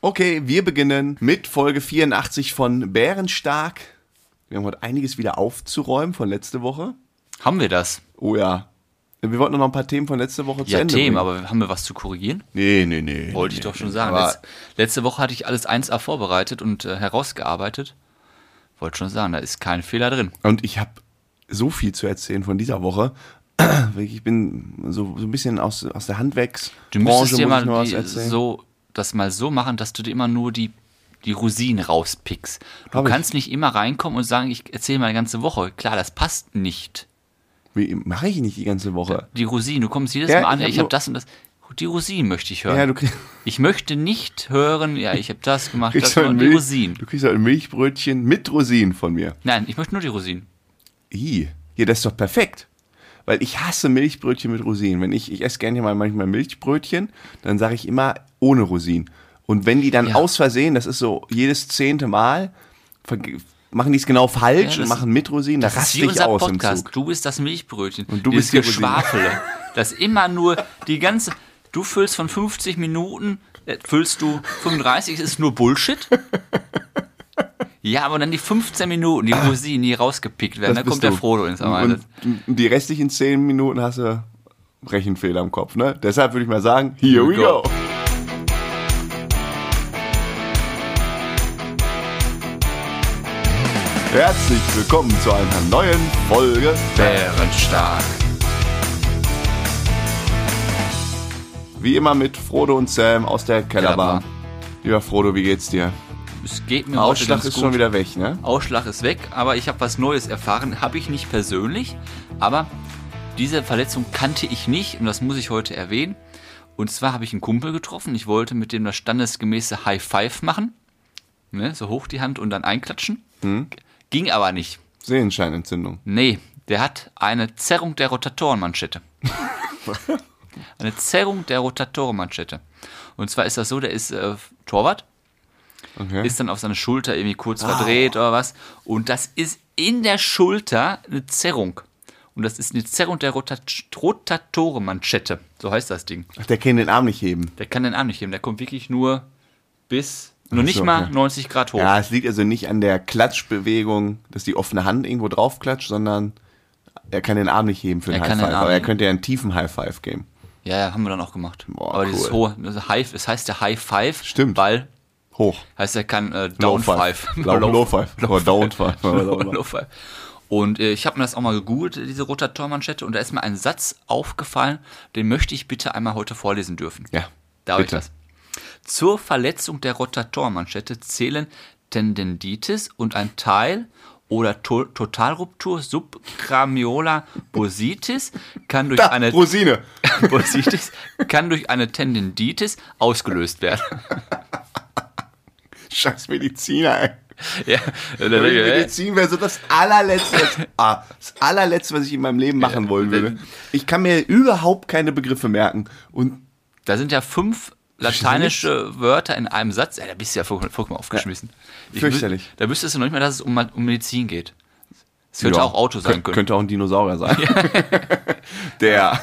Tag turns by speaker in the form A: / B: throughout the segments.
A: Okay, wir beginnen mit Folge 84 von Bärenstark. Wir haben heute einiges wieder aufzuräumen von letzte Woche.
B: Haben wir das?
A: Oh ja. Wir wollten noch ein paar Themen von letzter Woche zu
B: Ja,
A: Ende bringen.
B: Themen, aber haben wir was zu korrigieren?
A: Nee, nee, nee.
B: Wollte
A: nee,
B: ich doch
A: nee,
B: schon
A: nee.
B: sagen.
A: Aber
B: Letz, letzte Woche hatte ich alles 1A vorbereitet und äh, herausgearbeitet. Wollte schon sagen, da ist kein Fehler drin.
A: Und ich habe so viel zu erzählen von dieser Woche. Ich bin so, so ein bisschen aus, aus der Handwerksbranche,
B: Du müsstest dir
A: muss ich
B: mal
A: noch was
B: die,
A: erzählen.
B: so, das mal so machen, dass du dir immer nur die, die Rosinen rauspickst. Du
A: Hab ich.
B: kannst nicht immer reinkommen und sagen, ich erzähle mal eine ganze Woche. Klar, das passt nicht.
A: Wie, mache ich nicht die ganze Woche.
B: Die Rosinen, du kommst jedes
A: Ja,
B: Mal an,
A: ich
B: ich,
A: hab
B: ich habe
A: nur-
B: das und das. Die Rosinen möchte ich hören.
A: Ja, du kriegst,
B: ich möchte nicht hören, ja, ich habe das gemacht, das
A: kriegst halt
B: und die
A: Milch,
B: Rosinen.
A: du kriegst halt ein Milchbrötchen mit Rosinen von mir.
B: Nein, ich möchte nur die Rosinen.
A: I, ja, das ist doch perfekt. Weil ich hasse Milchbrötchen mit Rosinen. Wenn ich, ich esse gerne mal manchmal Milchbrötchen, dann sage ich immer ohne Rosinen. Und wenn die dann
B: Ja.
A: aus Versehen, das ist so jedes zehnte Mal, verge- machen die es genau falsch
B: Ja,
A: und
B: das-
A: machen mit Rosinen, da
B: Das ist
A: raste
B: wie
A: ich
B: unser
A: aus im
B: Podcast.
A: Zug.
B: Du bist das Milchbrötchen.
A: Und du
B: Dieses
A: bist die Rosine.
B: Geschwafele. Das immer nur die ganze. Du füllst von 50 Minuten, äh, füllst du 35, ist nur Bullshit. Ja, aber dann die 15 Minuten, die Rosinen, die rausgepickt werden,
A: Das
B: da
A: bist
B: kommt der
A: du.
B: Frodo ins Amale.
A: Und die restlichen zehn Minuten hast du Rechenfehler im Kopf, ne? Deshalb würde ich mal sagen, here we go.
B: go.
A: Herzlich willkommen zu einer neuen Folge.
B: Bärenstark.
A: Wie immer mit Frodo und Sam aus der Kellerbar.
B: Kellerbar.
A: Lieber Frodo, wie geht's dir?
B: Es geht mir heute
A: Ausschlag
B: ganz
A: ist
B: gut.
A: schon wieder weg, ne?
B: Ausschlag ist weg, aber ich habe was Neues erfahren. Habe ich nicht persönlich, aber diese Verletzung kannte ich nicht und das muss ich heute erwähnen. Und zwar habe ich einen Kumpel getroffen. Ich wollte mit dem das standesgemäße High Five machen. Ne, so hoch die Hand und dann einklatschen. Ging aber nicht.
A: Sehenscheinentzündung.
B: Nee, der hat eine Zerrung der Rotatorenmanschette. eine Zerrung der Rotatorenmanschette. Und zwar ist das so, der ist äh, Torwart
A: Okay.
B: ist dann auf seine Schulter irgendwie kurz verdreht oder was. Und das ist in der Schulter eine Zerrung. Und das ist eine Zerrung der Rotat Rotatorenmanschette. So heißt das Ding.
A: Ach, der kann den Arm nicht heben.
B: Der kann den Arm nicht heben. Der kommt wirklich nur bis, nur
A: Ach
B: nicht
A: so,
B: mal
A: okay.
B: 90 Grad hoch.
A: Ja, es liegt also nicht an der Klatschbewegung, dass die offene Hand irgendwo drauf klatscht, sondern er kann den Arm nicht heben für einen
B: Er
A: High
B: kann den
A: Five.
B: Arm
A: Aber er
B: nicht-
A: könnte ja einen tiefen High Five geben.
B: Ja, ja, haben wir dann auch gemacht.
A: Boah,
B: Aber dieses
A: cool.
B: hohe, das High, es heißt der High Five.
A: Stimmt.
B: Weil,
A: Hoch.
B: heißt er kann äh, Down Five.
A: Low, low Five. Oder Down Five.
B: Low Five. Und äh, ich habe mir das auch mal gegoogelt, diese Rotatormanschette, und da ist mir ein Satz aufgefallen, den möchte ich bitte einmal heute vorlesen dürfen.
A: Ja.
B: Darf
A: bitte.
B: ich das? Zur Verletzung der Rotatormanschette zählen Tendenditis und ein Teil oder to Totalruptur subcramiola bursitis kann durch
A: Da,
B: eine
A: Rosine.
B: bursitis kann durch eine Tendenditis ausgelöst werden.
A: Scheiß Mediziner, ey.
B: ja,
A: Wenn ich Medizin wäre so das allerletzte, das, ah, das allerletzte, was ich in meinem Leben machen wollen würde. Ich kann mir überhaupt keine Begriffe merken. Und
B: Da sind ja fünf lateinische Wörter in einem Satz. Ja, da bist du ja voll- vollkommen aufgeschmissen. Ich wü-
A: fürchterlich.
B: Da wüsstest du noch nicht mal, dass es um, um Medizin geht. Es könnte
A: Ja,
B: auch Auto sein
A: könnt-
B: können.
A: Könnte auch ein Dinosaurier sein. Der.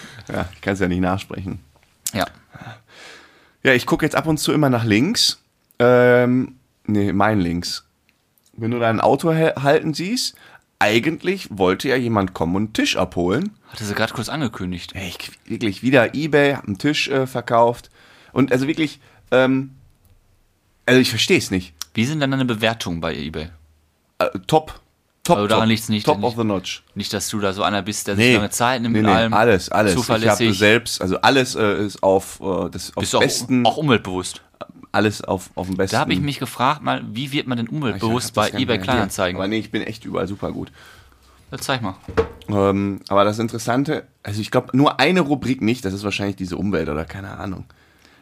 A: ja, ich kann es ja nicht nachsprechen.
B: Ja.
A: Ja, ich gucke jetzt ab und zu immer nach links. Ähm, nee, mein links. Wenn du dein Auto he- halten siehst, eigentlich wollte ja jemand kommen und einen Tisch abholen.
B: Hatte sie gerade kurz angekündigt.
A: Ey, ich, wirklich wieder eBay, hab einen Tisch äh, verkauft. Und also wirklich, ähm, also ich verstehe es nicht.
B: Wie sind dann deine Bewertungen bei eBay?
A: Äh, top. Top,
B: Also daran
A: top,
B: liegt's nicht,
A: top
B: nicht-
A: of the notch.
B: Nicht, dass du da so einer bist, der sich lange Zeit nimmt.
A: nee,
B: mit
A: nee,
B: allem
A: alles, alles. Ich habe
B: Zuverlässig.
A: selbst, also alles äh, ist auf äh, das auf
B: bist auch,
A: besten,
B: auch umweltbewusst.
A: alles auf, auf dem besten.
B: Da habe ich mich gefragt, mal, wie wird man denn
A: Ich
B: umweltbewusst
A: hab das
B: bei
A: gar nicht
B: eBay
A: mehr
B: Kleinanzeigen?
A: Aber nee, ich bin echt überall super gut.
B: Ja, zeig mal.
A: Ähm, aber das Interessante, also ich glaube, nur eine Rubrik nicht, das ist wahrscheinlich diese Umwelt oder keine Ahnung.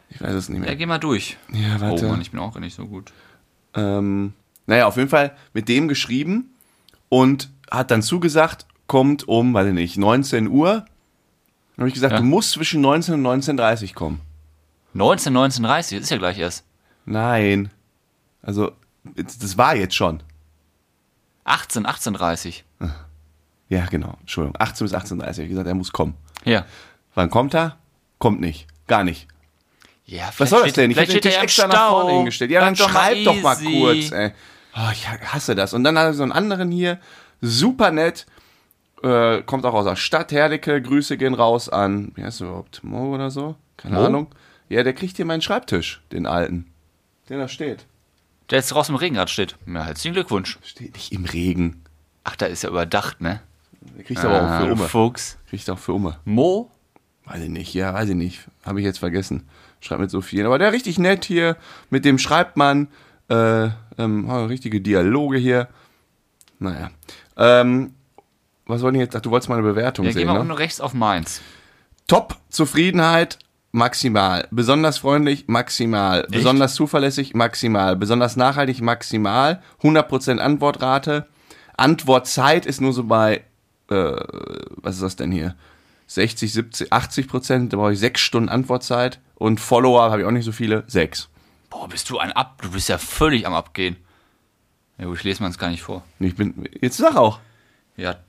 A: Ich weiß es nicht
B: Ja,
A: mehr.
B: geh mal durch.
A: Ja, warte.
B: Oh Mann, ich bin auch gar nicht so gut.
A: Ähm, naja, auf jeden Fall mit dem geschrieben und hat dann zugesagt, kommt um, weiß ich nicht, 19 Uhr. Dann habe ich gesagt,
B: Ja.
A: du musst zwischen 19 und 19.30 Uhr kommen.
B: 19, 19, 30, das ist ja gleich erst.
A: Nein. Also, jetzt- das war jetzt schon.
B: 18, 18, 30.
A: Ja, genau. Entschuldigung. 18 bis 18.30 Uhr. Ich gesagt, er muss kommen.
B: Ja.
A: Wann kommt er? Kommt nicht. Gar nicht.
B: Ja,
A: Was
B: vielleicht
A: soll das
B: steht-
A: denn? Ich
B: vielleicht
A: hätte den
B: steht er
A: Tisch
B: ja
A: extra
B: im
A: nach
B: Stau.
A: vorne hingestellt. Ja, dann
B: Bleib doch mal
A: schreib doch mal
B: easy.
A: kurz, ey. Oh, ich hasse das. Und dann hat er so einen anderen hier, super nett, äh, kommt auch aus der Stadt, Herdecke, Grüße gehen raus an, wie heißt er überhaupt, Mo oder so? Keine
B: Mo?
A: Ahnung. Ja, der kriegt hier meinen Schreibtisch, den alten. Der da steht.
B: Der jetzt raus im Regen gerade steht. Ja, herzlichen Glückwunsch.
A: Steht nicht im Regen.
B: Ach, da ist ja überdacht, ne?
A: Der kriegt aber auch für
B: du
A: Umme.
B: Fuchs.
A: Kriegt auch für Umme.
B: Mo?
A: Weiß ich nicht, ja, weiß ich nicht. Habe ich jetzt vergessen. Schreibt mit so vielen. Aber der richtig nett hier, mit dem schreibt man äh, ähm, oh, richtige Dialoge hier. Naja. Ähm, was wollte ich jetzt? Ach, du wolltest meine Bewertung
B: Ja, geh mal
A: sehen,
B: unten
A: ne?
B: rechts auf Mainz.
A: Top, Zufriedenheit, maximal. Besonders freundlich, maximal. Besonders zuverlässig, maximal. Besonders nachhaltig, maximal. 100% Antwortrate. Antwortzeit ist nur so bei, äh, was ist das denn hier? 60, 70, 80 Prozent, da brauche ich sechs Stunden Antwortzeit. Und Follower habe ich auch nicht so viele, sechs.
B: Boah, bist du ein Ab... Du bist ja völlig am Abgehen. Ja, gut, ich lese man es gar nicht vor.
A: Ich bin, jetzt sag auch.
B: Ja, t-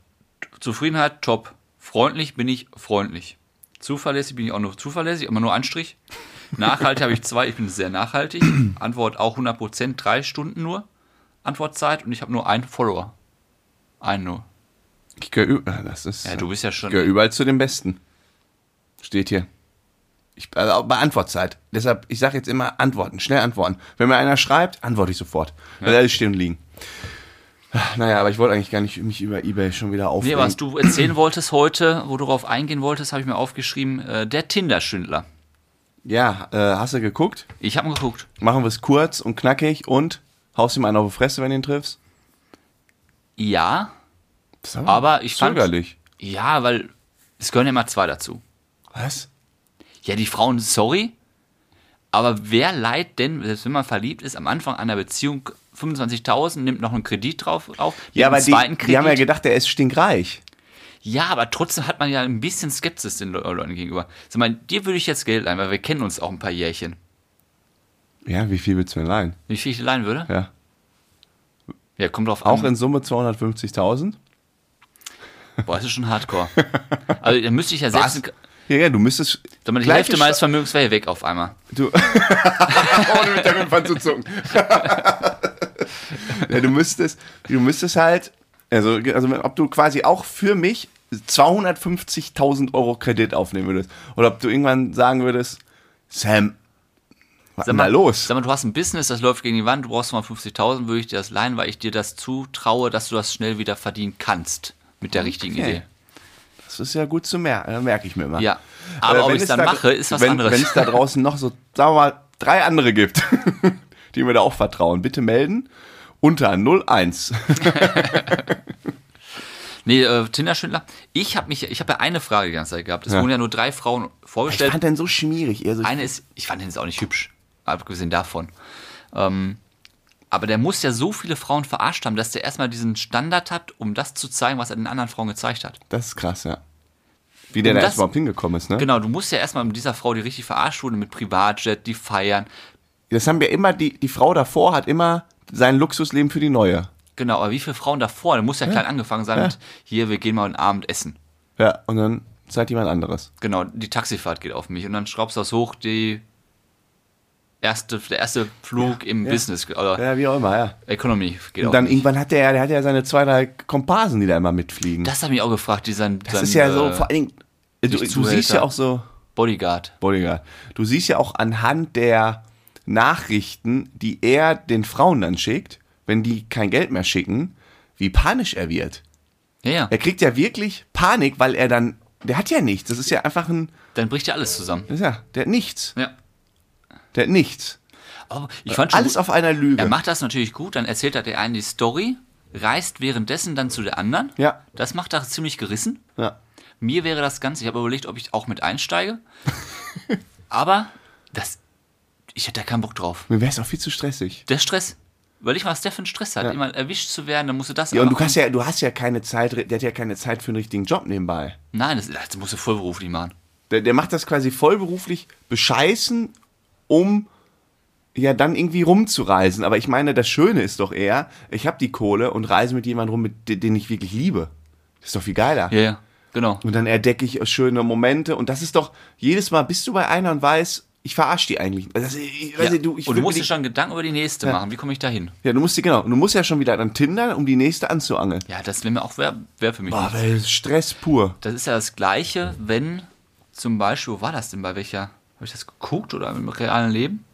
B: Zufriedenheit top. Freundlich bin ich freundlich. Zuverlässig bin ich auch nur zuverlässig, immer nur ein Strich. Nachhaltig habe ich zwei, ich bin sehr nachhaltig. Antwort auch 100%, drei Stunden nur Antwortzeit und ich habe nur einen Follower. Einen nur.
A: Ich gehöre, ü- ah, das ist,
B: Ja, du bist ja schon.
A: ich gehöre überall zu den Besten. Steht hier. Ich, also auch bei Antwortzeit. Deshalb, ich sage jetzt immer antworten, schnell antworten. Wenn mir einer schreibt, antworte ich sofort. Weil alles stehen und liegen. Ah, Naja, aber ich wollte eigentlich gar nicht mich über Ebay schon wieder aufregen.
B: Nee, was du erzählen wolltest heute, wo du darauf eingehen wolltest, habe ich mir aufgeschrieben, äh, der Tinder-Schwindler.
A: Ja, äh, hast du geguckt?
B: Ich habe ihn geguckt.
A: Machen wir es kurz und knackig und haust ihm einen auf die Fresse, wenn du ihn triffst.
B: Ja,
A: Das ist aber,
B: aber ich fand.
A: zögerlich.
B: Ja, weil es gehören ja immer zwei dazu.
A: Was?
B: Ja, die Frauen, sorry. Aber wer leiht denn, selbst wenn man verliebt ist, am Anfang einer Beziehung 25.000, nimmt noch einen Kredit drauf auf?
A: Ja,
B: nimmt
A: aber
B: einen
A: die,
B: zweiten
A: die haben ja
B: Kredit?
A: gedacht, der ist stinkreich.
B: ja, aber trotzdem hat man ja ein bisschen Skepsis den Le- Leuten gegenüber. Sag mal, dir würde ich jetzt Geld leihen, weil wir kennen uns auch ein paar Jährchen.
A: Ja, wie viel willst du mir leihen?
B: Wie viel ich dir leihen würde?
A: Ja.
B: Ja, kommt drauf
A: Auch
B: an.
A: in Summe 250.000?
B: Boah, das ist schon hardcore. Also, da müsste ich ja selbst.
A: Ja, ja, du müsstest.
B: Sag mal, die
A: Gleiche
B: Hälfte meines Vermögens wäre ja weg auf einmal.
A: Du Ohne mit der Wimpern zu zucken. ja, du müsstest, du müsstest halt, also, also ob du quasi auch für mich 250.000 Euro Kredit aufnehmen würdest. Oder ob du irgendwann sagen würdest, Sam, was ist denn da los?
B: Sag mal, du hast ein Business, das läuft gegen die Wand, du brauchst mal 50.000, würde ich dir das leihen, weil ich dir das zutraue, dass du das schnell wieder verdienen kannst. Mit der richtigen
A: Okay.
B: Idee.
A: Das ist ja gut zu merken, merke ich mir immer.
B: Ja.
A: Äh,
B: Aber ob
A: wenn
B: ich es
A: es
B: dann
A: da-
B: mache, ist was
A: wenn,
B: anderes.
A: Wenn es da draußen noch so, sagen wir mal, drei andere gibt, die mir da auch vertrauen, bitte melden unter 01.
B: nee, äh, Tinder-Schwindler. Ich habe mich, ich habe ja eine Frage die ganze Zeit gehabt. Es wurden ja nur drei Frauen vorgestellt.
A: den so schmierig. eher so-
B: eine ist, ich fand den jetzt auch nicht hübsch, abgesehen davon. Ähm, aber der muss ja so viele Frauen verarscht haben, dass der erstmal diesen Standard hat, um das zu zeigen, was er den anderen Frauen gezeigt hat.
A: Das ist krass, ja. Wie der
B: Und
A: da
B: das-
A: erst überhaupt hingekommen ist, ne?
B: Genau, du musst ja erstmal mit dieser Frau, die richtig verarscht wurde, mit Privatjet, die feiern,
A: Das haben wir immer, die, die Frau davor hat immer sein Luxusleben für die neue.
B: Genau, aber wie viele Frauen davor? Da muss ja, klein angefangen sein mit, hier, wir gehen mal einen Abend essen.
A: Ja, und dann seid jemand anderes.
B: Genau, die Taxifahrt geht auf mich und dann schraubst du das hoch, die erste, der erste Flug im Business oder
A: Ja, wie auch immer, ja.
B: Economy geht
A: Und
B: auf
A: dann
B: mich.
A: irgendwann hat der ja, der hat ja seine zwei, drei Komparsen, die da immer mitfliegen.
B: Das habe ich auch gefragt, dieser
A: Das ist ja
B: äh,
A: so, vor allen Dingen, äh, du,
B: nicht
A: du siehst
B: Zuhälter.
A: ja auch so,
B: Bodyguard.
A: Bodyguard, du siehst ja auch anhand der Nachrichten, die er den Frauen dann schickt, wenn die kein Geld mehr schicken, wie panisch er wird.
B: Ja, ja,
A: Er kriegt ja wirklich Panik, weil er dann, der hat ja nichts. Das ist ja einfach ein,
B: dann bricht ja alles zusammen.
A: das ist ja, der hat nichts.
B: Ja.
A: Der hat nichts.
B: Aber ich fand schon,
A: Alles auf einer Lüge.
B: er macht das natürlich gut, dann erzählt er der einen die Story, reist währenddessen dann zu der anderen.
A: Ja.
B: Das macht er ziemlich gerissen.
A: ja.
B: Mir wäre das Ganze, ich habe überlegt, ob ich auch mit einsteige. Aber das, ich hätte da keinen Bock drauf.
A: Mir wäre es auch viel zu stressig.
B: Der Stress. Überleg mal, was der für einen Stress hat. Immer erwischt zu werden, dann musst du das
A: Ja, und du
B: machen.
A: hast ja, du hast ja keine Zeit, der hat ja keine Zeit für einen richtigen Job nebenbei.
B: Nein, das, das musst du vollberuflich machen.
A: Der, der macht das quasi vollberuflich bescheißen, um ja dann irgendwie rumzureisen. Aber ich meine, das Schöne ist doch eher, ich habe die Kohle und reise mit jemandem rum, mit, de- den ich wirklich liebe. Das ist doch viel geiler.
B: Ja, ja, genau.
A: Und dann erdecke ich schöne Momente. Und das ist doch, jedes Mal bist du bei einer und weißt, ich verarsche die eigentlich. Also, ich,
B: Ja.
A: weiß nicht, du, ich
B: und du
A: würd
B: musst
A: mir
B: dir
A: die-
B: schon Gedanken über die nächste machen. Wie komme ich da hin?
A: ja, du musst die, genau. Und du musst ja schon wieder dann Tinder, um die nächste anzuangeln.
B: Ja, das wäre mir auch wär, wär für mich.
A: Boah,
B: nicht.
A: das ist Stress pur.
B: Das ist ja das Gleiche, wenn zum Beispiel, wo war das denn bei welcher? Habe ich das geguckt oder im realen Leben?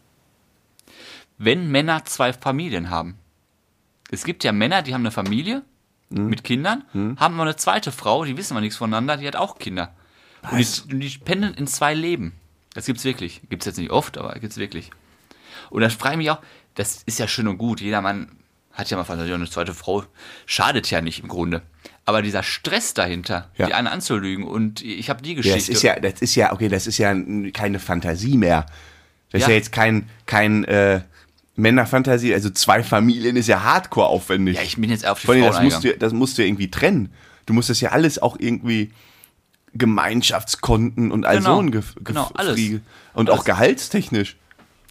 B: Wenn Männer zwei Familien haben. Es gibt ja Männer, die haben eine Familie
A: Hm.
B: mit Kindern, haben aber eine zweite Frau, die wissen aber nichts voneinander, die hat auch Kinder. Und die, und die pendeln in zwei Leben. Das gibt's wirklich. Gibt's jetzt nicht oft, aber gibt's wirklich. Und dann frage ich mich auch, das ist ja schön und gut, jeder Mann hat ja mal Fantasie, und eine zweite Frau schadet ja nicht im Grunde. Aber dieser Stress dahinter,
A: Ja.
B: die einen anzulügen und ich habe die
A: Ja,
B: Geschichte.
A: das ist ja, das ist ja, okay, das ist ja n- keine Fantasie mehr. Das ist
B: Ja.
A: ja jetzt kein, kein äh, Männerfantasie, also zwei Familien ist ja hardcore aufwendig.
B: Ja, ich bin jetzt auf die
A: Vor allem,
B: Frauen
A: das musst,
B: eingegangen.
A: du, das musst du ja irgendwie trennen. Du musst das ja alles auch irgendwie Gemeinschaftskonten und all
B: Genau,
A: so ein Gef Gef-
B: genau, alles.
A: Friege- Und
B: Alles.
A: auch gehaltstechnisch.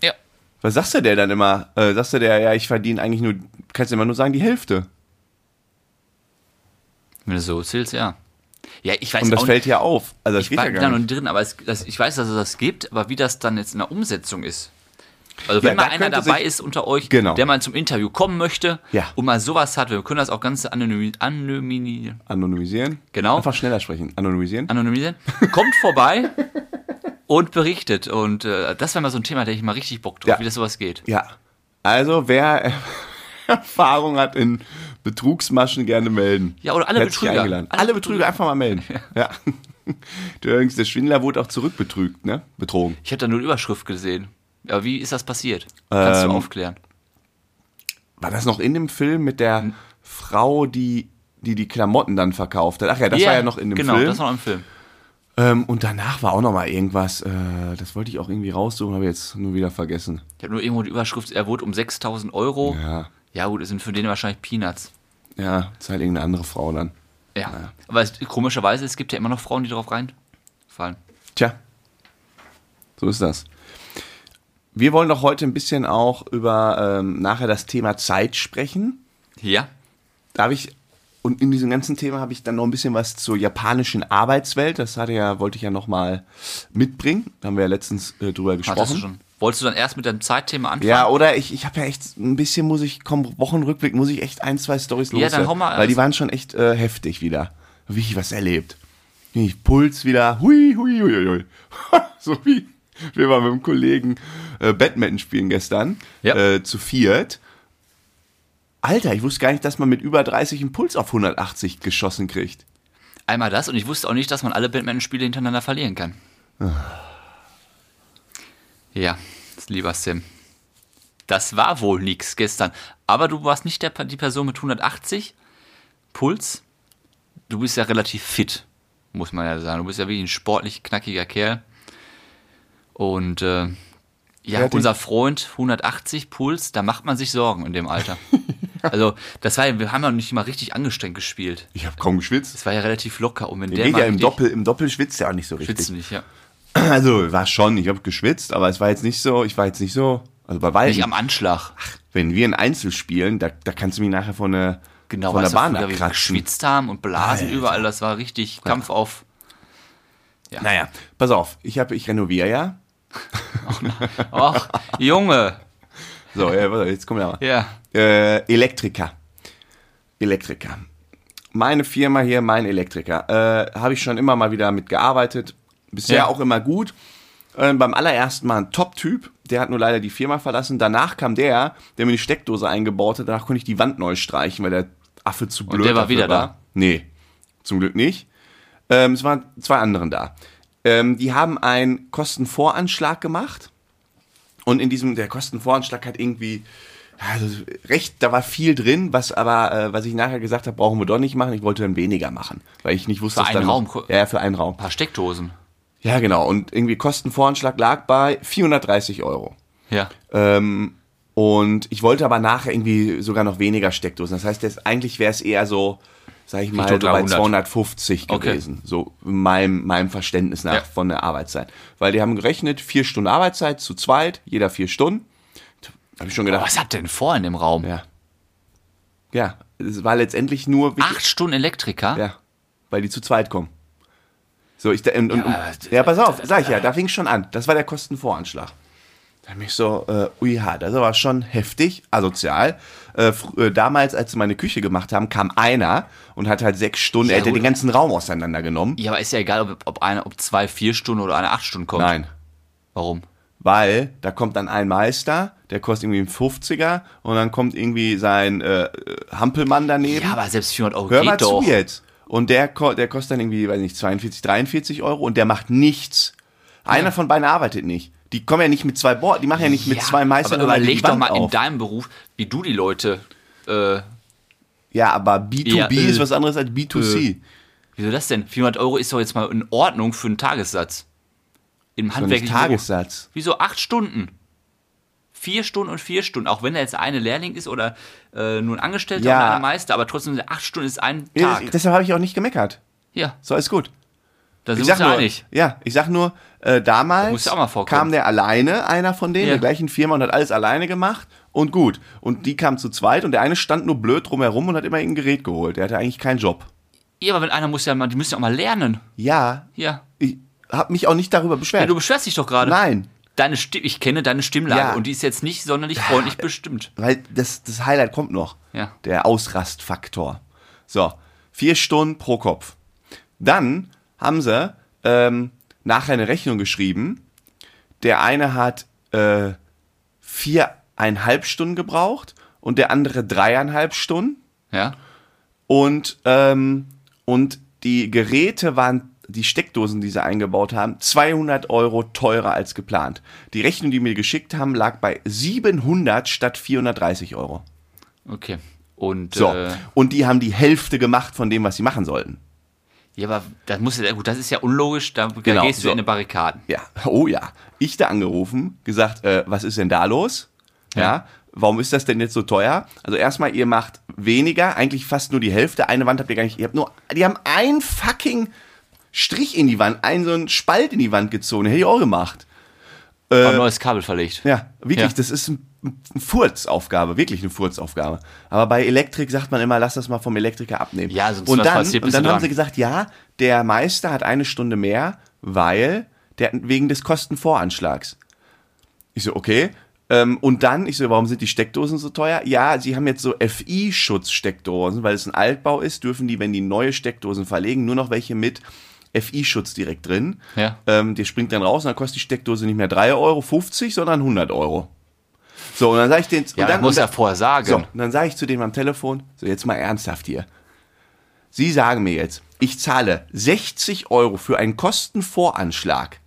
B: Ja,
A: Was sagst du der dann immer? Äh, sagst du der, ja, ich verdiene eigentlich nur, kannst du immer nur sagen, die Hälfte.
B: wenn du so zählst, ja. Ja, ich weiß
A: Und das
B: auch
A: fällt ja auf. Also das
B: nicht, ich
A: geht
B: war
A: ja
B: da
A: gar
B: noch
A: nicht.
B: nicht drin, aber es, das, ich weiß, dass es das gibt, aber wie das dann jetzt in der Umsetzung ist. Also
A: Ja,
B: wenn mal
A: da
B: einer
A: könnte
B: dabei
A: sich-
B: ist unter euch,
A: Genau.
B: der mal zum Interview kommen möchte
A: Ja.
B: und mal sowas hat, wir können das auch ganz anonym, anonym,
A: Anonymisieren.
B: Genau.
A: Einfach schneller sprechen. Anonymisieren.
B: anonymisieren, kommt vorbei und berichtet. Und äh, das wäre mal so ein Thema, da hätte ich mal richtig Bock drauf,
A: Ja.
B: wie das sowas geht.
A: Ja. Also, wer Erfahrung hat in Betrugsmaschen, gerne melden.
B: Ja, oder alle
A: Herzlich
B: Betrüger.
A: Eingeladen.
B: Alle
A: Alle, Betrüger einfach mal melden. Ja. Übrigens, der Schwindler wurde auch zurückbetrügt, ne? Betrogen.
B: Ich habe da nur eine Überschrift gesehen. Aber wie ist das passiert? Kannst
A: Ähm,
B: du aufklären.
A: War das noch in dem Film mit der Frau, die die die Klamotten dann verkauft hat? Ach ja, das war ja noch in dem
B: genau,
A: Film.
B: das war noch im Film.
A: ähm, und danach war auch noch mal irgendwas. Äh, das wollte ich auch irgendwie raussuchen, habe ich jetzt nur wieder vergessen.
B: Ich habe nur irgendwo die Überschrift, er wurde um 6000 Euro.
A: Ja,
B: Ja gut, das sind für den wahrscheinlich Peanuts.
A: ja, ist halt irgendeine andere Frau dann.
B: Ja. Aber es, komischerweise, es gibt ja immer noch Frauen, die drauf reinfallen.
A: Tja, so ist das. Wir wollen doch heute ein bisschen auch über ähm, nachher das Thema Zeit sprechen.
B: Ja.
A: Da habe ich, und in diesem ganzen Thema habe ich dann noch ein bisschen was zur japanischen Arbeitswelt. Das hatte ja, wollte ich ja nochmal mitbringen. Da haben wir ja letztens äh, drüber
B: Hattest du
A: gesprochen.
B: schon. Wolltest du dann erst mit deinem Zeitthema anfangen?
A: Ja, oder ich, ich habe ja echt ein bisschen, muss ich, komm, Wochenrückblick, muss ich echt ein, zwei Storys
B: Ja,
A: loswerden.
B: dann hau mal
A: Weil die
B: alles.
A: waren schon echt äh, heftig wieder. Wie ich was erlebt. Wie ich Puls wieder, hui, hui, hui, hui, hui. so wie wir waren mit dem Kollegen äh, Badminton spielen gestern,
B: Ja.
A: äh, zu viert. Alter, ich wusste gar nicht, dass man mit über 30 einen Puls auf 180 geschossen kriegt.
B: Einmal das und ich wusste auch nicht, dass man alle Batman-Spiele hintereinander verlieren kann. Ja, lieber Sim. Das war wohl nix gestern. Aber du warst nicht der, die Person mit 180 Puls. Du bist ja relativ fit, muss man ja sagen. Du bist ja wirklich ein sportlich knackiger Kerl. Und äh, ja,
A: Fertig.
B: unser Freund 180 Puls, da macht man sich Sorgen in dem Alter. Also, das war, ja- wir haben ja nicht mal richtig angestrengt gespielt.
A: Ich habe kaum geschwitzt.
B: Es war ja relativ locker und wenn der,
A: Der geht
B: mal
A: ja im
B: richtig-
A: Doppel, im Doppel schwitzt ja auch nicht so richtig.
B: schwitzt nicht, ja.
A: Also war schon, ich habe geschwitzt, aber es war jetzt nicht so, ich war jetzt nicht so, also bei
B: Nicht
A: weitem.
B: am Anschlag.
A: Wenn wir ein Einzel spielen, da, da kannst du mich nachher von der,
B: Genau,
A: von der
B: weißt du,
A: Bahn
B: früher, wie wir
A: abkratzen.
B: geschwitzt haben und Blasen
A: Alter.
B: überall, das war richtig Kampf auf.
A: Naja, pass auf, ich habe, ich renoviere ja.
B: Ach, Junge.
A: So, ja, warte, jetzt kommen wir mal.
B: Ja.
A: Äh, Elektriker. Elektriker. Meine Firma hier, mein Elektriker. Äh, habe ich schon immer mal wieder mitgearbeitet. Bisher
B: Ja.
A: auch immer gut. Äh, beim allerersten Mal ein Top-Typ. Der hat nur leider die Firma verlassen. Danach kam der, der mir die Steckdose eingebaut hat. Danach konnte ich die Wand neu streichen, weil der Affe zu blöd
B: der war
A: dafür
B: wieder da?
A: Nee, zum Glück nicht. Ähm, es waren zwei anderen da. Ähm, die haben einen Kostenvoranschlag gemacht. Und in diesem, der Kostenvoranschlag hat irgendwie, also recht, da war viel drin, was aber, äh, was ich nachher gesagt habe, brauchen wir doch nicht machen. Ich wollte dann weniger machen, weil ich nicht wusste,
B: Für
A: dass
B: einen
A: dann
B: Raum.
A: Noch, ja, für einen Raum.
B: Ein paar Steckdosen.
A: Ja, genau. Und irgendwie Kostenvoranschlag lag bei 430 Euro.
B: Ja.
A: Ähm, und ich wollte aber nachher irgendwie sogar noch weniger Steckdosen. Das heißt, das, eigentlich wäre es eher so, sag ich mal,
B: Richtung
A: so bei
B: 300.
A: 250
B: Okay.
A: gewesen. So meinem, meinem Verständnis nach
B: Ja.
A: von der Arbeitszeit. Weil die haben gerechnet, vier Stunden Arbeitszeit zu zweit, jeder vier Stunden. Da habe ich schon gedacht,
B: Was hat denn vor in dem Raum?
A: ja. Ja, es war letztendlich nur.
B: Acht Stunden Elektriker?
A: Ja, weil die zu zweit kommen. So, ich, und, und,
B: aber-
A: und, ja, pass auf, sag ich ja, da fing schon an. Das war der Kostenvoranschlag. Da hab ich so, äh, ui, ha, das war schon heftig, asozial. Äh, fr- äh, damals, als sie meine Küche gemacht haben, kam einer und hat halt sechs Stunden,
B: Ja,
A: er hätte
B: gut.
A: den ganzen Raum auseinandergenommen.
B: Ja, aber ist ja egal, ob, ob einer, ob zwei vier Stunden oder einer acht Stunden kommt.
A: Nein,
B: Warum?
A: weil da kommt dann ein Meister, der kostet irgendwie einen 50er und dann kommt irgendwie sein äh, äh, Hampelmann daneben.
B: Ja, aber selbst 400 Euro
A: Hör
B: geht
A: mal
B: doch.
A: zu jetzt. Und der, ko- der kostet dann irgendwie, weiß nicht, 42, 43 Euro und der macht nichts. Einer von beiden arbeitet nicht. Die kommen ja nicht mit zwei Board, die machen ja nicht mit
B: Ja,
A: zwei Meistern.
B: Aber
A: oder die
B: überleg doch
A: Wand
B: mal in
A: auf.
B: deinem Beruf, wie du die Leute, äh,
A: Ja, aber B2B
B: Ja, äh,
A: ist was anderes als B2C.
B: wieso das denn? 400 Euro ist doch jetzt mal in Ordnung für einen Tagessatz. Im
A: Und nicht
B: handwerklichen Beruf.
A: Tagessatz.
B: Wieso acht Stunden? Vier Stunden und vier Stunden, auch wenn er jetzt eine Lehrling ist oder äh, nur ein Angestellter
A: Ja.
B: und einer Meister, aber trotzdem acht Stunden ist ein
A: Ja,
B: Tag.
A: deshalb habe ich auch nicht gemeckert.
B: ja,
A: So, ist gut.
B: da sind
A: Ich sag
B: wir uns ja
A: nur,
B: einig.
A: ja, ich sag nur, äh, damals
B: muss ja auch mal vorkommen.
A: kam der alleine, einer von denen,
B: Ja.
A: der gleichen Firma und hat alles alleine gemacht und gut. Und die kamen zu zweit und der eine stand nur blöd drumherum und hat immer irgendein Gerät geholt. Der hatte eigentlich keinen Job.
B: Ja, aber wenn einer muss ja mal, die müssen ja auch mal lernen.
A: Ja,
B: Ja.
A: ich habe mich auch nicht darüber
B: ja
A: beschwert.
B: du beschwerst dich doch gerade.
A: Nein,
B: Deine Stimme, ich kenne deine Stimmlage
A: Ja.
B: und die ist jetzt nicht sonderlich freundlich bestimmt.
A: weil das, das Highlight kommt noch.
B: Ja.
A: Der Ausrastfaktor. So, vier Stunden pro Kopf. Dann haben sie ähm, nachher eine Rechnung geschrieben. Der eine hat äh, viereinhalb Stunden gebraucht und der andere dreieinhalb Stunden.
B: Ja.
A: Und, ähm, und die Geräte waren, die Steckdosen, die sie eingebaut haben, 200 Euro teurer als geplant. Die Rechnung, die mir geschickt haben, lag bei 700 statt 430 Euro.
B: Okay. Und
A: So.
B: äh,
A: Und die haben die Hälfte gemacht von dem, was sie machen sollten.
B: ja, aber das muss ja gut, das ist ja unlogisch, da,
A: Genau,
B: da gehst du
A: so.
B: in eine Barrikaden.
A: Ja, oh ja. Ich da angerufen, gesagt, äh, was ist denn da los? Ja. Warum ist das denn jetzt so teuer? Also erstmal, ihr macht weniger, eigentlich fast nur die Hälfte. Eine Wand habt ihr gar nicht. Ihr habt nur, die haben einen fucking Strich in die Wand, einen so einen Spalt in die Wand gezogen. Hätte ich auch gemacht.
B: Äh, ein neues Kabel verlegt.
A: Ja, wirklich,
B: Ja.
A: das ist ein, ein Furzaufgabe, wirklich eine Furzaufgabe. Aber bei Elektrik sagt man immer, lass das mal vom Elektriker abnehmen.
B: Ja, sonst
A: und
B: was
A: dann,
B: passiert,
A: und
B: bist
A: dann
B: du
A: haben
B: dran.
A: sie gesagt, ja, der Meister hat eine Stunde mehr, weil der wegen des Kostenvoranschlags. Ich so, okay. Ähm, und dann, ich so, warum sind die Steckdosen so teuer? Ja, sie haben jetzt so FI-Schutz-Steckdosen, weil es ein Altbau ist, dürfen die, wenn die neue Steckdosen verlegen, nur noch welche mit FI-Schutz direkt drin.
B: Ja.
A: Ähm, der springt dann raus und dann kostet die Steckdose nicht mehr 3,50 Euro, sondern 100 Euro. So, und dann sage ich den,
B: Ja,
A: und dann,
B: dann, muss
A: und
B: ja
A: dann,
B: vorher sagen.
A: so, und dann sage ich zu dem am Telefon, so jetzt mal ernsthaft hier. Sie sagen mir jetzt, ich zahle 60 Euro für einen Kostenvoranschlag,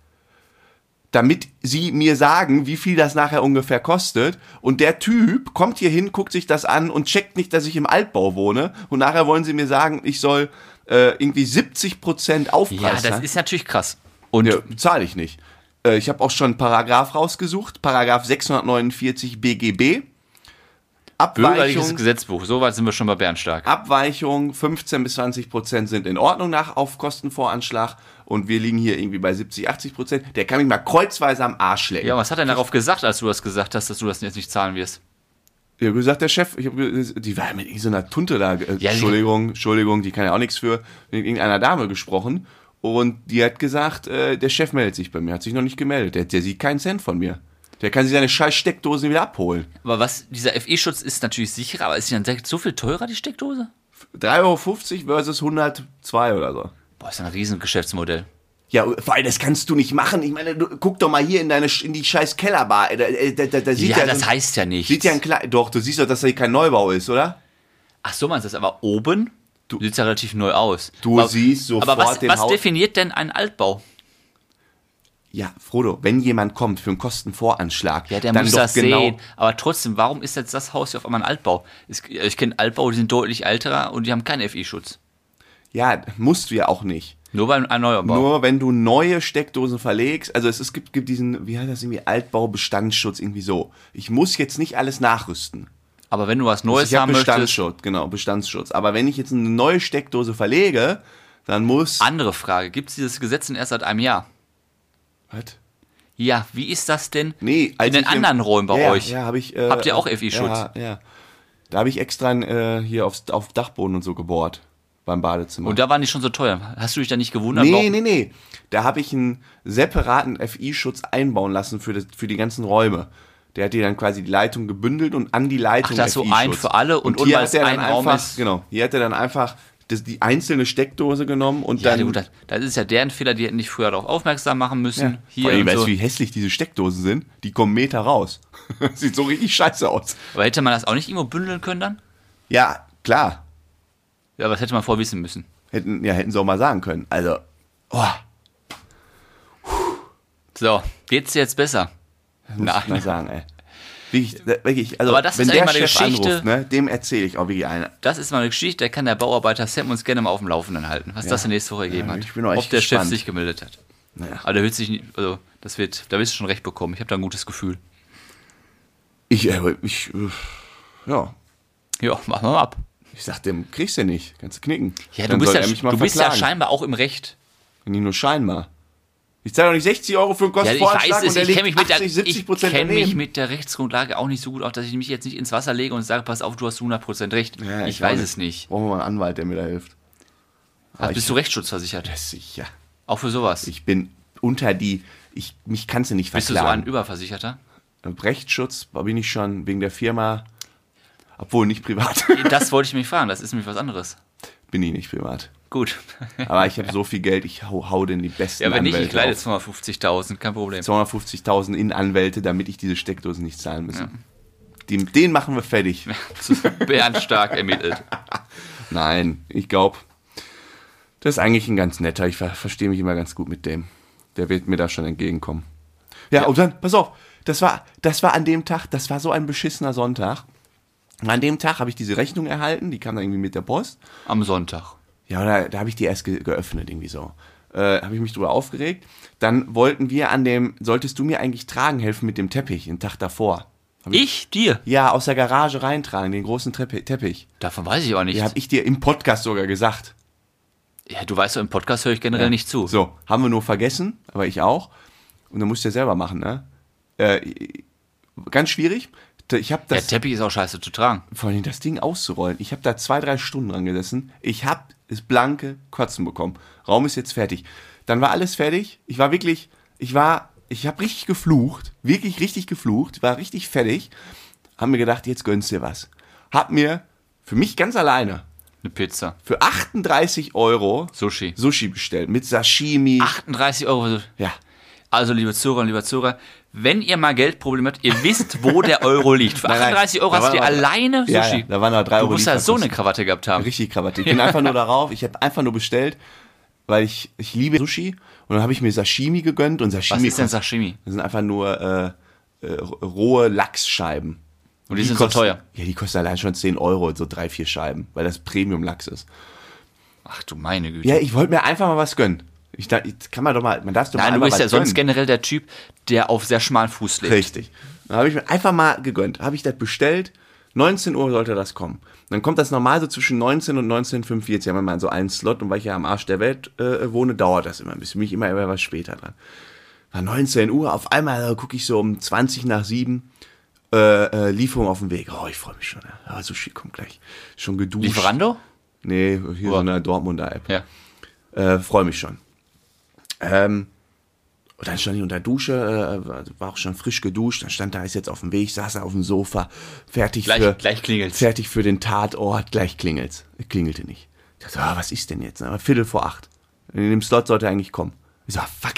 A: damit Sie mir sagen, wie viel das nachher ungefähr kostet. Und der Typ kommt hier hin, guckt sich das an und checkt nicht, dass ich im Altbau wohne. Und nachher wollen Sie mir sagen, ich soll äh, irgendwie 70 Prozent Aufpreis
B: Ja, das
A: zahlen?
B: ist natürlich krass. Und
A: Ja, zahle ich nicht. Äh, Ich habe auch schon einen Paragraph rausgesucht, Paragraph 649 BGB.
B: bürgerliches
A: Abweichung,
B: Gesetzbuch, so weit sind wir schon bei Bernstark.
A: Ah. Abweichung 15 bis 20 Prozent sind in Ordnung nach auf Kostenvoranschlag und wir liegen hier irgendwie bei 70, 80 Prozent. Der kann mich mal kreuzweise am Arsch lecken.
B: Ja, was hat er denn darauf gesagt, als du das gesagt hast, dass du das jetzt nicht zahlen wirst?
A: Ich habe gesagt, der Chef, ich hab, ge- die war mit irgendeiner so einer Tunte da. Äh,
B: Ja, sie-
A: Entschuldigung, Entschuldigung, die kann ja auch nichts für. Mit irgendeiner Dame gesprochen. Und die hat gesagt, äh, der Chef meldet sich bei mir, hat sich noch nicht gemeldet. Der, der sieht keinen Cent von mir. Der kann sich seine scheiß Steckdosen wieder abholen.
B: Aber was, dieser FE-Schutz ist natürlich sicherer, aber ist die dann direkt so viel teurer, die Steckdose?
A: 3,50 Euro versus 102 oder so.
B: Boah, ist ja ein riesen Geschäftsmodell.
A: Ja, weil das kannst du nicht machen. Ich meine, du, guck doch mal hier in deine Sch- in die scheiß Kellerbar. Da, da, da, da sieht
B: Ja,
A: ja
B: das
A: so-
B: heißt ja nicht.
A: Sieht ja ein Kle Doch, du siehst doch, dass da hier kein Neubau ist, oder?
B: Ach so, meinst du das? Aber oben du, sieht ja relativ neu aus.
A: Du
B: aber,
A: siehst sofort
B: Aber was,
A: den
B: was
A: Haus-
B: definiert denn einen Altbau?
A: Ja, Frodo, wenn jemand kommt für einen Kostenvoranschlag,
B: Ja, der
A: dann
B: muss
A: doch
B: das
A: genau.
B: sehen. Aber trotzdem, warum ist jetzt das Haus hier auf einmal ein Altbau? Es, ich kenne Altbau, die sind deutlich älterer und die haben keinen FI-Schutz.
A: Ja, musst du ja auch nicht.
B: Nur bei einem Neuerbau.
A: Nur wenn du neue Steckdosen verlegst, also es, es gibt, gibt diesen, wie heißt das irgendwie, Altbaubestandsschutz, irgendwie so. Ich muss jetzt nicht alles nachrüsten.
B: aber wenn du was Neues
A: Also Ich habe
B: haben möchtest,
A: Bestandsschutz, genau, Bestandsschutz. Aber wenn ich jetzt eine neue Steckdose verlege, dann muss.
B: andere Frage. Gibt es dieses Gesetz denn erst seit einem Jahr?
A: Was?
B: Ja, wie ist das denn
A: Nee, als
B: in den
A: ich im-
B: anderen Räumen bei
A: ja,
B: euch?
A: Ja, hab ich, äh,
B: Habt ihr auch FI-Schutz?
A: Ja, ja. Da habe ich extra äh, hier aufs, auf Dachboden und so gebohrt. beim Badezimmer.
B: Und da waren die schon so teuer. Hast du dich da nicht gewundert?
A: Nee,
B: warum-
A: nee, nee. Da habe ich einen separaten FI-Schutz einbauen lassen für, das, für die ganzen Räume. Der hat dir dann quasi die Leitung gebündelt und an die Leitung
B: Ach, da ist so ein für alle und
A: hier
B: unten,
A: hat er
B: weil es
A: dann
B: ein Raum
A: einfach,
B: ist.
A: Genau, hier hat er dann einfach das, die einzelne Steckdose genommen und
B: Ja,
A: dann...
B: gut, das, das ist ja deren Fehler, die hätten dich früher darauf aufmerksam machen müssen.
A: Vor
B: Hier
A: allem,
B: und
A: weißt
B: so.
A: du, wie hässlich diese Steckdosen sind? Die kommen Meter raus. Sieht so richtig scheiße aus.
B: Aber hätte man das auch nicht irgendwo bündeln können dann?
A: Ja, klar.
B: Ja, aber das hätte man vorher wissen müssen.
A: Hätten, ja, hätten sie auch mal sagen können. Also, oh,
B: So, geht's dir jetzt besser?
A: das muss ich
B: Nein.
A: mal sagen, ey. Wirklich, da- wirklich, also,
B: Aber das
A: wenn
B: ist
A: der
B: eigentlich mal eine
A: Chef
B: Geschichte.
A: anruft, ne, dem erzähle ich auch wirklich eine.
B: Das ist mal eine Geschichte, da kann der Bauarbeiter Sam uns gerne mal auf dem Laufenden halten, was das denn nächste Woche ergeben
A: Ja,
B: hat.
A: ich bin auch
B: Ob
A: echt
B: der Chef
A: gespannt.
B: sich gemeldet hat.
A: Naja.
B: Aber der wird sich nicht, also das wird, da wirst du schon recht bekommen. Ich habe da ein gutes Gefühl.
A: Ich, äh, ich, äh, ja,
B: Ja, machen wir mal ab.
A: ich sag dem, kriegst du nicht, kannst du knicken.
B: Ja, du
A: Dann
B: bist,
A: soll
B: ja,
A: er mich mal
B: du bist ja
A: verklagen.
B: scheinbar auch im Recht.
A: Nee, nur scheinbar. Ich zahle doch nicht 60 Euro für einen
B: Ja, ich weiß
A: Kostenvoranschlag
B: es,
A: und der
B: ich kenne
A: liegt
B: mich, mit
A: 80,
B: der-
A: 70
B: ich
A: Prozent
B: kenn mich
A: daneben.
B: mit der Rechtsgrundlage auch nicht so gut, auch dass ich mich jetzt nicht ins Wasser lege und sage, pass auf, du hast 100% recht.
A: Ja,
B: ich,
A: auch
B: weiß es nicht.
A: Brauchen wir mal einen Anwalt, der mir da hilft.
B: Also bist
A: ich-
B: du rechtsschutzversichert?
A: Sicher.
B: Auch für sowas.
A: Ich bin unter die, ich, mich kannst du nicht
B: bist du so ein
A: verklagen.
B: Überversicherter?
A: Rechtsschutz bin ich schon wegen der Firma, obwohl nicht privat.
B: Das wollte ich mich fragen, das ist nämlich was anderes.
A: bin ich nicht privat.
B: Gut.
A: Aber ich habe so viel Geld, ich hau, hau denn die besten
B: Ja, wenn nicht,
A: Anwälte
B: ich leide
A: auf.
B: jetzt nochmal 50.000, kein Problem.
A: 250.000 in Anwälte, damit ich diese Steckdosen nicht zahlen muss. Den, den machen wir fertig.
B: Bernd stark ermittelt.
A: Nein, ich glaube, das ist eigentlich ein ganz netter. Ich ver verstehe mich immer ganz gut mit dem. Der wird mir da schon entgegenkommen. Ja, und dann, pass auf, das war, das war an dem Tag, das war so ein beschissener Sonntag. An dem Tag habe ich diese Rechnung erhalten, die kam dann irgendwie mit der Post.
B: Am Sonntag.
A: Ja, da, da habe ich die erst ge geöffnet, irgendwie so. Äh, habe ich mich drüber aufgeregt. Dann wollten wir an dem, solltest du mir eigentlich tragen helfen mit dem Teppich, den Tag davor. Hab
B: Ich? Dir?
A: Ja, aus der Garage reintragen, den großen Treppe Teppich.
B: Davon weiß ich aber nichts.
A: Den habe ich dir im Podcast sogar gesagt.
B: Ja, du weißt doch, im Podcast höre ich generell nicht zu.
A: So, haben wir nur vergessen, aber ich auch. Und dann musst du ja selber machen, ne? Äh, ganz schwierig. Ich habe
B: Der
A: das,
B: Teppich ist auch scheiße zu tragen.
A: vor allem das Ding auszurollen. Ich habe da zwei, drei Stunden dran gesessen. Ich habe das blanke Kotzen bekommen. Raum ist jetzt fertig. Dann war alles fertig. Ich war wirklich, ich war, ich habe richtig geflucht. Wirklich richtig geflucht. War richtig fertig. Haben mir gedacht, jetzt gönnst dir was. Hab mir für mich ganz alleine
B: Eine Pizza.
A: für 38 Euro
B: Sushi.
A: Sushi bestellt. Mit Sashimi.
B: 38 Euro.
A: Ja.
B: Also, liebe Zuhörer und liebe Zuhörer, wenn ihr mal Geldprobleme habt, ihr wisst, wo der Euro liegt. Für
A: Nein, nein.
B: 38 Euro
A: Da
B: hast du dir
A: waren aber-
B: alleine Sushi.
A: Ja, ja, da waren da drei
B: du
A: Euro
B: musst ja so eine
A: Lieferkosten.
B: Krawatte gehabt haben.
A: Richtig Krawatte. Ich bin einfach nur darauf. Ich habe einfach nur bestellt, weil ich, ich liebe Sushi. Und dann habe ich mir Sashimi gegönnt und
B: Was
A: Sashimi.
B: ist denn
A: kostet-
B: Sashimi?
A: Das sind einfach nur äh, äh, rohe Lachsscheiben.
B: Und die sind so
A: kosten-
B: teuer.
A: Ja, die kosten allein schon 10 Euro, so drei, vier Scheiben, weil das Premium-Lachs ist.
B: Ach du meine Güte.
A: Ja, ich wollte mir einfach mal was gönnen. Ich, da, ich kann man doch mal, man darf doch mal
B: Nein, du
A: einmal
B: bist
A: was
B: ja sonst
A: gönnen.
B: generell der Typ, der auf sehr schmalen Fuß lebt.
A: Richtig. Dann habe ich mir einfach mal gegönnt. Habe ich das bestellt. 19 Uhr sollte das kommen. Dann kommt das normal so zwischen 19 und 19.45 Haben wir mal so einen Slot und weil ich ja am Arsch der Welt äh, wohne, dauert das immer ein bisschen. Bin ich immer etwas später dran. War 19 Uhr, auf einmal äh, gucke ich so um 20 nach 7 äh, äh, Lieferung auf dem Weg. Oh, ich freue mich schon. Ja, Ah, Sushi kommt gleich. Schon geduscht.
B: Lieferando?
A: Nee, hier so eine Dortmunder App.
B: Ja.
A: Äh, Freue mich schon. Ähm, und dann stand ich unter Dusche, äh, war- war auch schon frisch geduscht, dann stand da, ist jetzt auf dem Weg, saß er auf dem Sofa, fertig
B: Gleich-
A: für,
B: gleich klingelt's.
A: fertig für den Tatort, gleich klingelt's. Klingelte nicht. Ich dachte, ah, was ist denn jetzt? Aber Viertel vor acht. In dem Slot sollte er eigentlich kommen. Ich so, ah, fuck.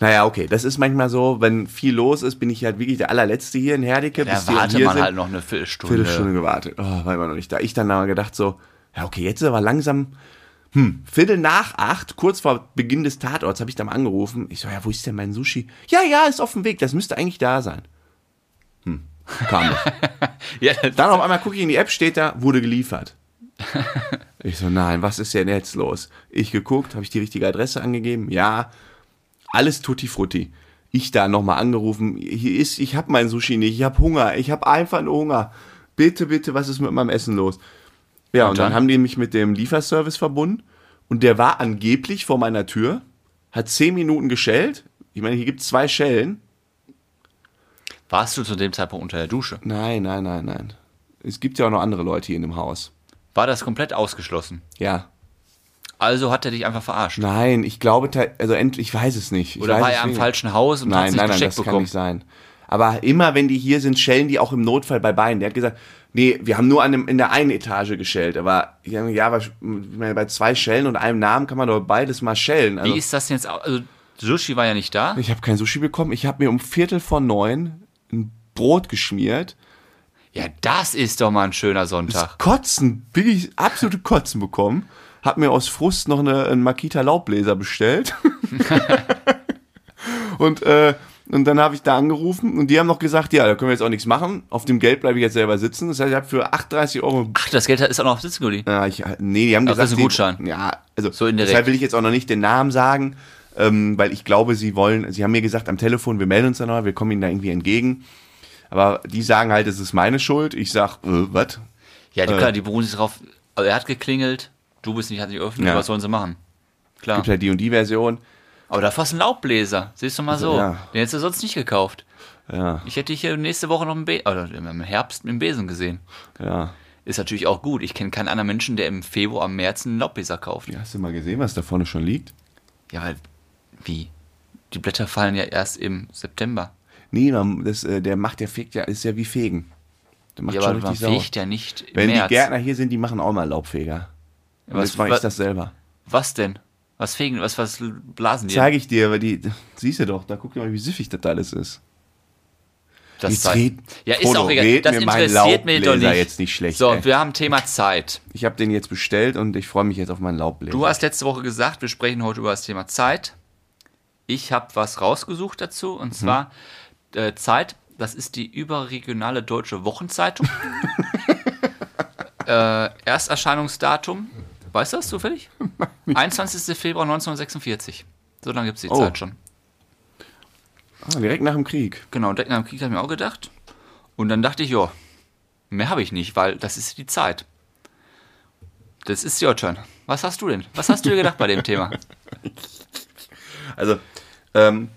A: Naja, okay, das ist manchmal so, wenn viel los ist, bin ich halt wirklich der allerletzte hier in Herdecke.
B: Da
A: die
B: warte
A: hier
B: man
A: sind.
B: halt noch eine Viertelstunde.
A: Viertelstunde gewartet. Oh, war immer noch nicht da. Ich dann aber gedacht so, ja okay, jetzt ist aber langsam, hm, Viertel nach acht, kurz vor Beginn des Tatorts, habe ich dann mal angerufen. Ich so, ja, wo ist denn mein Sushi? Ja, ja, ist auf dem Weg, das müsste eigentlich da sein. Hm, kam nicht.
B: Ja,
A: Dann auf einmal gucke ich in die App, steht da, wurde geliefert. Ich so, nein, was ist denn jetzt los? Ich geguckt, habe ich die richtige Adresse angegeben? Ja, alles tutti frutti. Ich da nochmal angerufen, hier ist, ich habe mein Sushi nicht, ich habe Hunger, ich habe einfach nur Hunger. Bitte, bitte, was ist mit meinem Essen los? Ja, und, dann?
B: dann?
A: haben die mich mit dem Lieferservice verbunden und der war angeblich vor meiner Tür, hat zehn Minuten geschellt. Ich meine, hier gibt es zwei Schellen.
B: warst du zu dem Zeitpunkt unter der Dusche?
A: Nein, nein, nein, nein. Es gibt ja auch noch andere Leute hier in dem Haus.
B: War das komplett ausgeschlossen?
A: Ja.
B: Also hat er dich einfach verarscht.
A: Nein, ich glaube, te- also ent- ich weiß es nicht. Ich
B: Oder
A: weiß
B: war
A: es
B: er am
A: nicht.
B: falschen Haus und hat
A: Nein,
B: sich
A: nein, nein,
B: gescheckt
A: das kann
B: bekommen?
A: nicht sein. Aber immer, wenn die hier sind, schellen die auch im Notfall bei beiden. Der hat gesagt, nee, wir haben nur an dem, in der einen Etage geschellt. Aber ich sag, ja, aber ich meine, bei zwei Schellen und einem Namen kann man doch beides mal schellen. Also,
B: Wie ist das denn jetzt? au- Also, Sushi war ja nicht da.
A: ich habe kein Sushi bekommen. Ich habe mir um Viertel vor neun ein Brot geschmiert.
B: Ja, das ist doch mal ein schöner Sonntag.
A: Kotzen, wirklich absolute Kotzen bekommen. Hab mir aus Frust noch eine, einen Makita Laubbläser bestellt. und, äh, und dann habe ich da angerufen und die haben noch gesagt, ja, da können wir jetzt auch nichts machen. Auf dem Geld bleibe ich jetzt selber sitzen. Das heißt, ich habe für 38 Euro.
B: Ach, das Geld ist auch noch auf Sitzen geblieben.
A: Na, ich, nee, die haben
B: Also
A: gesagt.
B: das ist ein Gutschein.
A: Die, ja, also
B: So indirekt.
A: deshalb will ich jetzt auch noch nicht den Namen sagen, ähm, weil ich glaube, sie wollen, sie haben mir gesagt am Telefon, wir melden uns dann noch, wir kommen ihnen da irgendwie entgegen. Aber die sagen halt, es ist meine Schuld. Ich sag, äh, was?
B: Ja, die,
A: Äh.
B: klar, die beruhen sich drauf. Also, er hat geklingelt, du bist nicht, hat nicht geöffnet,
A: Ja.
B: was sollen sie machen? Klar.
A: Gibt ja die und die Version.
B: Aber da hast du einen Laubbläser, siehst du mal so.
A: Also, ja.
B: Den hättest du sonst nicht gekauft.
A: Ja,
B: Ich hätte dich hier nächste Woche noch im, Be oder im Herbst im Besen gesehen.
A: ja.
B: Ist natürlich auch gut. Ich kenne keinen anderen Menschen, der im Februar, am März einen Laubbläser kauft.
A: Hast du mal gesehen, was da vorne schon liegt?
B: Ja, weil, wie? Die Blätter fallen ja erst im September.
A: Nee, man, das, äh, der macht, der fegt ja, ist ja wie Fegen. Der macht
B: Ja,
A: schon
B: aber man
A: richtig sauer.
B: fegt ja nicht im
A: Wenn
B: März.
A: die Gärtner hier sind, die machen auch mal Laubfeger. Und
B: was-
A: jetzt mache
B: wa-
A: ich das selber.
B: Was denn? Was fegen, was, was blasen die?
A: Zeige ich dir, aber die, siehst du doch, da guck dir mal, wie süffig das alles ist.
B: das
A: Jetzt
B: Zeit.
A: red-
B: ja, ist
A: Frodo,
B: auch egal.
A: red
B: Das
A: mir meinen
B: interessiert mich doch
A: Laubbläser
B: nicht.
A: jetzt nicht schlecht,
B: so,
A: ey.
B: wir haben Thema Zeit.
A: Ich habe den jetzt bestellt und ich freue mich jetzt auf meinen Laubbläser.
B: Du hast letzte Woche gesagt, wir sprechen heute über das Thema Zeit. Ich habe was rausgesucht dazu und zwar äh, Zeit. Das ist die überregionale deutsche Wochenzeitung. äh, Ersterscheinungsdatum, weißt du das zufällig? 21. Februar 1946. So lange gibt es die
A: Oh.
B: Zeit schon.
A: ah, direkt nach dem Krieg.
B: Genau, Decken am Krieg habe ich mir auch gedacht. Und dann dachte ich, ja, mehr habe ich nicht, weil das ist die Zeit. Das ist your turn. Was hast du denn? Was hast du dir gedacht bei dem Thema?
A: Also, ähm,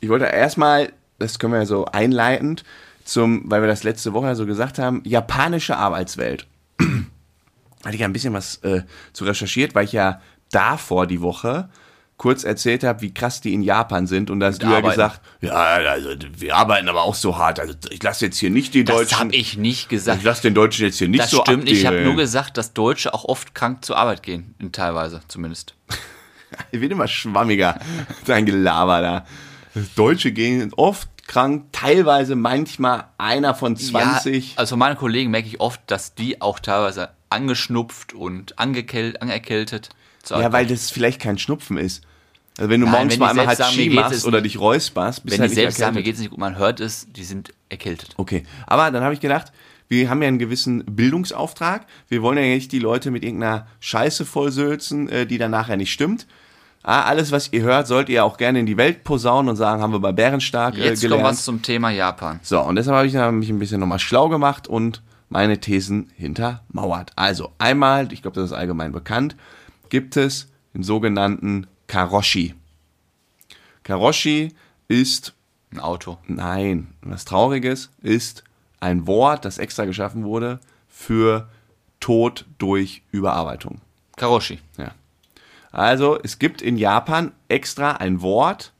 A: ich wollte erstmal, das können wir ja so einleitend, zum, weil wir das letzte Woche ja so gesagt haben, japanische Arbeitswelt. Hatte ich ja ein bisschen was äh, zu recherchiert, weil ich ja davor die Woche kurz erzählt habe, wie krass die in Japan sind. Und da hast du ja
B: arbeiten.
A: gesagt, ja, also wir arbeiten aber auch so hart. Also ich lasse jetzt hier nicht die
B: Das
A: Deutschen.
B: habe ich nicht gesagt.
A: Ich lasse den Deutschen jetzt hier nicht
B: Das
A: so
B: stimmt, ich habe
A: abdehnen.
B: nur gesagt, dass Deutsche auch oft krank zur Arbeit gehen, in teilweise zumindest.
A: Ich bin immer schwammiger, dein Gelaber da. Deutsche gehen oft krank, teilweise manchmal einer von 20.
B: Ja, also von meinen Kollegen merke ich oft, dass die auch teilweise angeschnupft und angekält, angerkältet zur
A: Ja,
B: Arbeit
A: weil das vielleicht kein Schnupfen ist. Also wenn du morgens
B: Oh wenn
A: mal
B: die
A: einmal
B: selbst sagen, mir
A: Hatschi
B: geht
A: machst
B: es
A: oder
B: nicht.
A: dich räusperst, bist
B: Wenn
A: du halt
B: die
A: nicht
B: selbst sagen, mir
A: erkältet.
B: geht's nicht gut, man hört es, die sind erkältet.
A: Okay, aber dann habe ich gedacht, wir haben ja einen gewissen Bildungsauftrag. Wir wollen ja nicht die Leute mit irgendeiner Scheiße vollsülzen, äh, die dann nachher nicht stimmt. Ah, alles, was ihr hört, sollt ihr auch gerne in die Welt posaunen und sagen, haben wir bei Bärenstark äh,
B: Jetzt kommt
A: gelernt.
B: was zum Thema Japan.
A: So, und deshalb habe ich dann mich ein bisschen nochmal schlau gemacht und meine Thesen hintermauert. Also einmal, ich glaube, das ist allgemein bekannt, gibt es den sogenannten Karoshi. Karoshi ist,
B: Ein Auto.
A: nein, was trauriges, ist ein Wort, das extra geschaffen wurde für Tod durch Überarbeitung.
B: Karoshi.
A: Ja. Also, es gibt in Japan extra ein Wort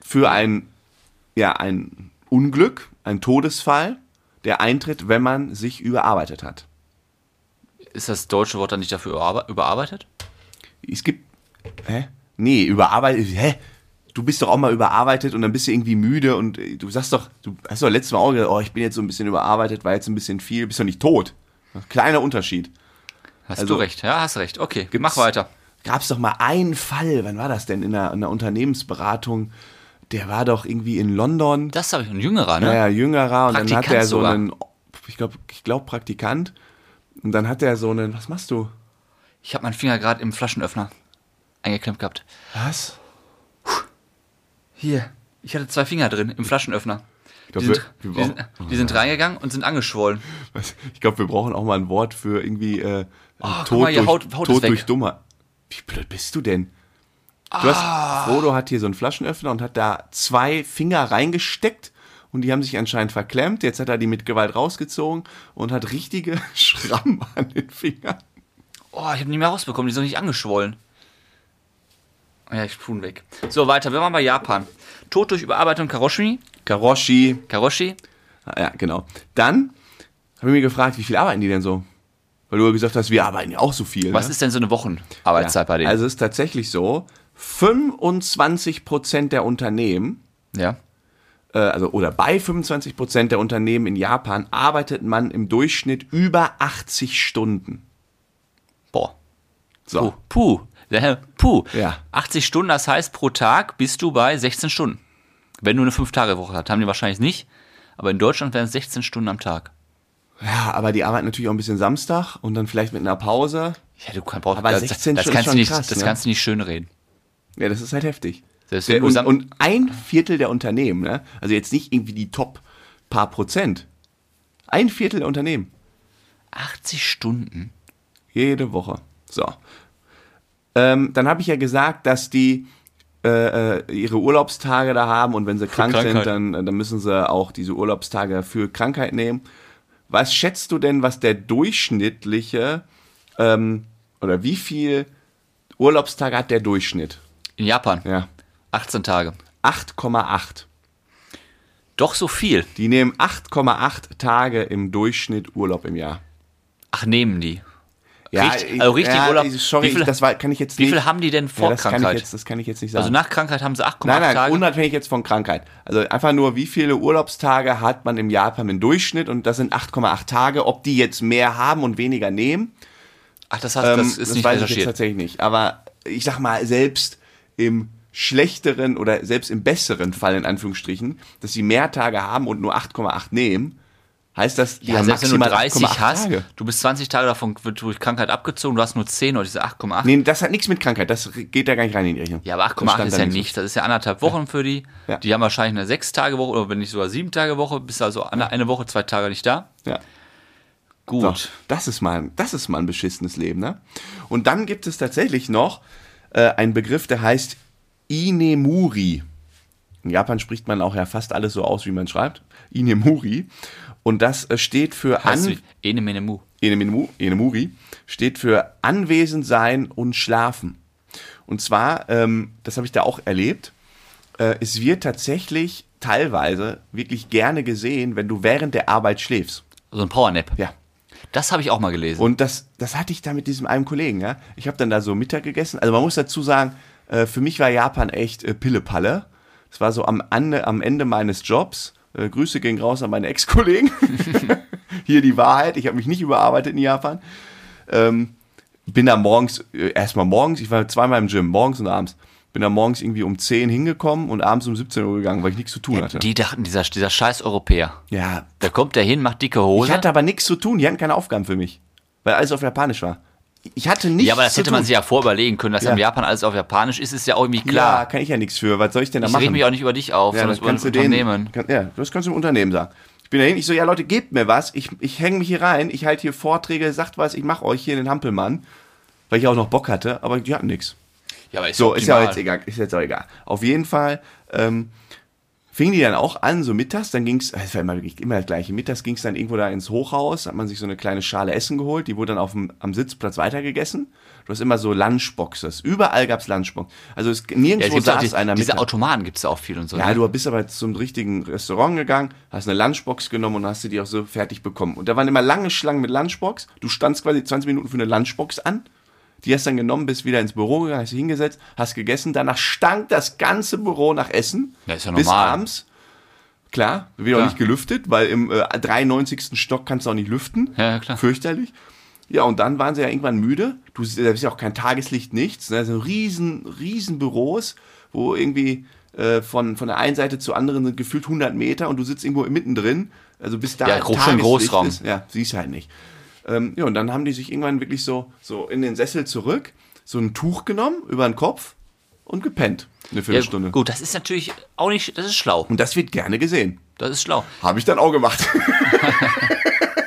A: für ein, ja, ein Unglück, ein Todesfall, der eintritt, wenn man sich überarbeitet hat.
B: Ist das deutsche Wort dann nicht dafür überarbe- überarbeitet?
A: Es gibt. Hä? Nee, überarbeitet. Hä? Du bist doch auch mal überarbeitet und dann bist du irgendwie müde und äh, du sagst doch, du hast doch letztes Mal auch gesagt, oh, ich bin jetzt so ein bisschen überarbeitet, war jetzt ein bisschen viel, bist doch nicht tot. Kleiner Unterschied.
B: Hast
A: Also-
B: du recht, ja, hast recht. Okay, mach weiter.
A: gab es doch mal einen Fall, wann war das denn, in einer, in einer Unternehmensberatung, der war doch irgendwie in London,
B: Das habe ich, ein jüngerer, ne?
A: naja, jüngerer, und dann hat
B: Praktikant
A: der so
B: sogar.
A: einen, ich glaube, ich glaub Praktikant, und dann hat der so einen, was machst du?
B: Ich habe meinen Finger gerade im Flaschenöffner eingeklemmt gehabt.
A: Was?
B: Hier. Ich hatte zwei Finger drin im Flaschenöffner.
A: glaub,
B: die, sind,
A: wir- wir
B: die, sind,
A: brauchen-
B: die sind reingegangen und sind angeschwollen.
A: Was? Ich glaube, wir brauchen auch mal ein Wort für irgendwie äh,
B: Ah, guck
A: Tod,
B: mal, hier,
A: durch,
B: Haut- Haut ist
A: Tod
B: weg.
A: durch Dummer. Wie blöd bist du denn? Du
B: Ah.
A: hast, Frodo hat hier so einen Flaschenöffner und hat da zwei Finger reingesteckt und die haben sich anscheinend verklemmt. Jetzt hat er die mit Gewalt rausgezogen und hat richtige Schrammen an den Fingern.
B: Oh, ich habe nicht mehr rausbekommen, die sind noch nicht angeschwollen. Ah Ja, ich tun weg. So, weiter. Wir waren bei Japan. Tod durch Überarbeitung Karoshi.
A: Karoshi.
B: Karoshi.
A: Ah, Ja, genau. Dann habe ich mir gefragt, wie viel arbeiten die denn so? Weil du ja gesagt hast, wir arbeiten ja auch so viel.
B: Was
A: ne?
B: ist denn so eine Wochenarbeitszeit bei denen?
A: Also es ist tatsächlich so, 25% der Unternehmen,
B: ja.
A: äh, also oder bei 25% der Unternehmen in Japan arbeitet man im Durchschnitt über 80 Stunden.
B: Boah.
A: So.
B: Oh, Puh. Puh. Puh.
A: Ja.
B: 80 Stunden, das heißt, pro Tag bist du bei 16 Stunden. Wenn du eine 5-Tage-Woche hast, haben die wahrscheinlich nicht. Aber in Deutschland wären es 16 Stunden am Tag.
A: Ja, aber die arbeiten natürlich auch ein bisschen Samstag und dann vielleicht mit einer Pause.
B: Ja, du kannst, brauchst,
A: Aber
B: das,
A: 16
B: das
A: Stunden
B: kannst
A: ist
B: du nicht,
A: schon krass,
B: Das
A: ne?
B: kannst du nicht schön reden.
A: Ja, das ist halt heftig.
B: Selbst wenn
A: Der,
B: du
A: und,
B: sam-
A: und ein Viertel der Unternehmen, ne? also jetzt nicht irgendwie die Top paar Prozent, ein Viertel der Unternehmen
B: 80 Stunden.
A: Jede Woche. So. Ähm, dann habe ich ja gesagt, dass die äh, äh, ihre Urlaubstage da haben und wenn sie krank
B: Krankheit.
A: sind, dann, dann müssen sie auch diese Urlaubstage für Krankheit nehmen. Was schätzt du denn, was der durchschnittliche ähm, oder wie viel Urlaubstage hat der Durchschnitt?
B: In Japan.
A: Ja.
B: 18 Tage.
A: 8,8.
B: Doch so viel.
A: Die nehmen 8,8 Tage im Durchschnitt Urlaub im Jahr.
B: Ach, nehmen die. Richt- also richtig
A: ja,
B: Urlaub.
A: Sorry,
B: Wie viel-
A: ich, das war, kann ich jetzt
B: Wie
A: nicht.
B: viel haben die denn
A: ja,
B: vor
A: das, kann ich
B: Krankheit?
A: jetzt, das kann ich jetzt nicht sagen.
B: Also nach Krankheit haben sie 8,8
A: Nein, nein,
B: Tage.
A: unabhängig jetzt von Krankheit. Also einfach nur, wie viele Urlaubstage hat man im Japan im Durchschnitt und das sind 8,8 Tage. Ob die jetzt mehr haben und weniger nehmen,
B: Ach, das, heißt,
A: ähm,
B: das ist nicht
A: weiß ich jetzt
B: recherchiert.
A: tatsächlich nicht. Aber ich sag mal, selbst im schlechteren oder selbst im besseren Fall in Anführungsstrichen, dass sie mehr Tage haben und nur 8,8 nehmen, heißt das, die
B: Ja,
A: haben
B: selbst wenn du
A: maximal
B: 30
A: 8,8
B: hast,
A: Tage.
B: du bist 20 Tage davon wird durch Krankheit abgezogen, du hast nur 10 oder diese 8,8.
A: Nee, das hat nichts mit Krankheit, das geht da gar nicht rein in die Rechnung.
B: Ja, aber
A: Das
B: 8,8
A: stand
B: ist
A: da
B: ja nicht. Das ist ja anderthalb Wochen für die.
A: Ja.
B: Die haben wahrscheinlich eine 6-Tage-Woche oder wenn nicht sogar 7-Tage-Woche, bist also eine, eine Woche, zwei Tage nicht da.
A: Ja.
B: Gut.
A: So, das ist mal, das ist mal ein beschissenes Leben, ne? Und dann gibt es tatsächlich noch äh, einen Begriff, der heißt Inemuri. In Japan spricht man auch ja fast alles so aus, wie man schreibt. Inemuri. Und das äh, steht für
B: Heißt
A: An
B: wie Ene Mene Mu.
A: Inememu- Inemuri steht für anwesend sein und schlafen. Und zwar, ähm, das habe ich da auch erlebt, äh, es wird tatsächlich teilweise wirklich gerne gesehen, wenn du während der Arbeit schläfst.
B: So ein Powernap.
A: Ja, Oh,
B: Das habe ich auch mal gelesen.
A: und das, das hatte ich da mit diesem einem Kollegen, ja. Ich habe dann da so Mittag gegessen. Also man muss dazu sagen, äh, für mich war Japan echt äh, Pillepalle. Es war so am, Ande, am Ende meines Jobs. Äh, Grüße gehen raus an meine Ex-Kollegen. Hier die Wahrheit. Ich habe mich nicht überarbeitet in Japan. Ähm, bin da morgens, äh, erstmal morgens, ich war zweimal im Gym, morgens und abends. Bin da morgens irgendwie um 10 hingekommen und abends um 17 Uhr gegangen, weil ich nichts zu tun hatte.
B: die dachten, dieser, dieser scheiß Europäer.
A: Ja,
B: Da kommt der hin, macht dicke Hose.
A: ich hatte aber nichts zu tun. Die hatten keine Aufgaben für mich, weil alles auf Japanisch war. Ich hatte nichts
B: ja, aber das
A: zu
B: hätte man
A: tun.
B: sich ja vorüberlegen können, dass
A: Ja.
B: in Japan alles auf Japanisch ist, ist ja auch irgendwie
A: Klar,
B: klar.
A: kann ich ja nichts für. Was soll ich denn da
B: ich reg
A: machen?
B: mich auch nicht über dich auf,
A: ja,
B: sondern
A: das
B: über das
A: kannst du denen,
B: Unternehmen.
A: kann, ja, das kannst du dem Unternehmen sagen. Ich bin dahin, ich so, ja Leute, gebt mir was. Ich, ich hänge mich hier rein, ich halte hier Vorträge, sagt was, ich mache euch hier den Hampelmann, weil ich auch noch Bock hatte, aber die hatten nichts.
B: Ja, aber ist
A: So, ist ja
B: optimal.
A: jetzt egal, ist jetzt auch egal. Auf jeden Fall ähm, fingen die dann auch an, so mittags, dann ging's, es war immer, wirklich immer das gleiche, mittags ging's dann irgendwo da ins Hochhaus, hat man sich so eine kleine Schale Essen geholt, die wurde dann auf dem, am Sitzplatz weitergegessen. Du hast immer so Lunchboxes, überall gab's Lunchboxes. Also es,
B: Ja, es
A: nirgendwo
B: gibt auch
A: saß
B: die,
A: einer
B: diese
A: mittags.
B: Automaten gibt es auch viel und so.
A: Ja,
B: ne?
A: du bist aber jetzt zum richtigen Restaurant gegangen, hast eine Lunchbox genommen und hast sie dir auch so fertig bekommen. Und da waren immer lange Schlangen mit Lunchbox. Du standst quasi 20 Minuten für eine Lunchbox an. Die hast dann genommen, bist wieder ins Büro gegangen, hast dich hingesetzt, hast gegessen. Danach stank das ganze Büro nach Essen.
B: Ja, ist ja
A: Bis
B: normal.
A: abends. Klar, wird auch
B: Klar.
A: nicht gelüftet, weil im äh, 93. Stock kannst du auch nicht lüften.
B: Ja, ja, klar.
A: Fürchterlich. Ja, und dann waren sie ja irgendwann müde. Du siehst- da ist ja auch kein Tageslicht, nichts. Ne? So riesen, riesen Büros, wo irgendwie äh, von, von der einen Seite zur anderen sind gefühlt 100 Meter und du sitzt irgendwo mittendrin. Also bis da
B: Ja,
A: ein
B: gro- schon
A: Tageslicht
B: Großraum.
A: Ist, ja, siehst halt nicht. Ähm, ja, und dann haben die sich irgendwann wirklich so, so in den Sessel zurück, so ein Tuch genommen über den Kopf und gepennt. Eine
B: ja,
A: Viertelstunde.
B: gut, das ist natürlich auch nicht, das ist schlau.
A: und das wird gerne gesehen.
B: Das ist schlau.
A: Habe ich dann auch gemacht.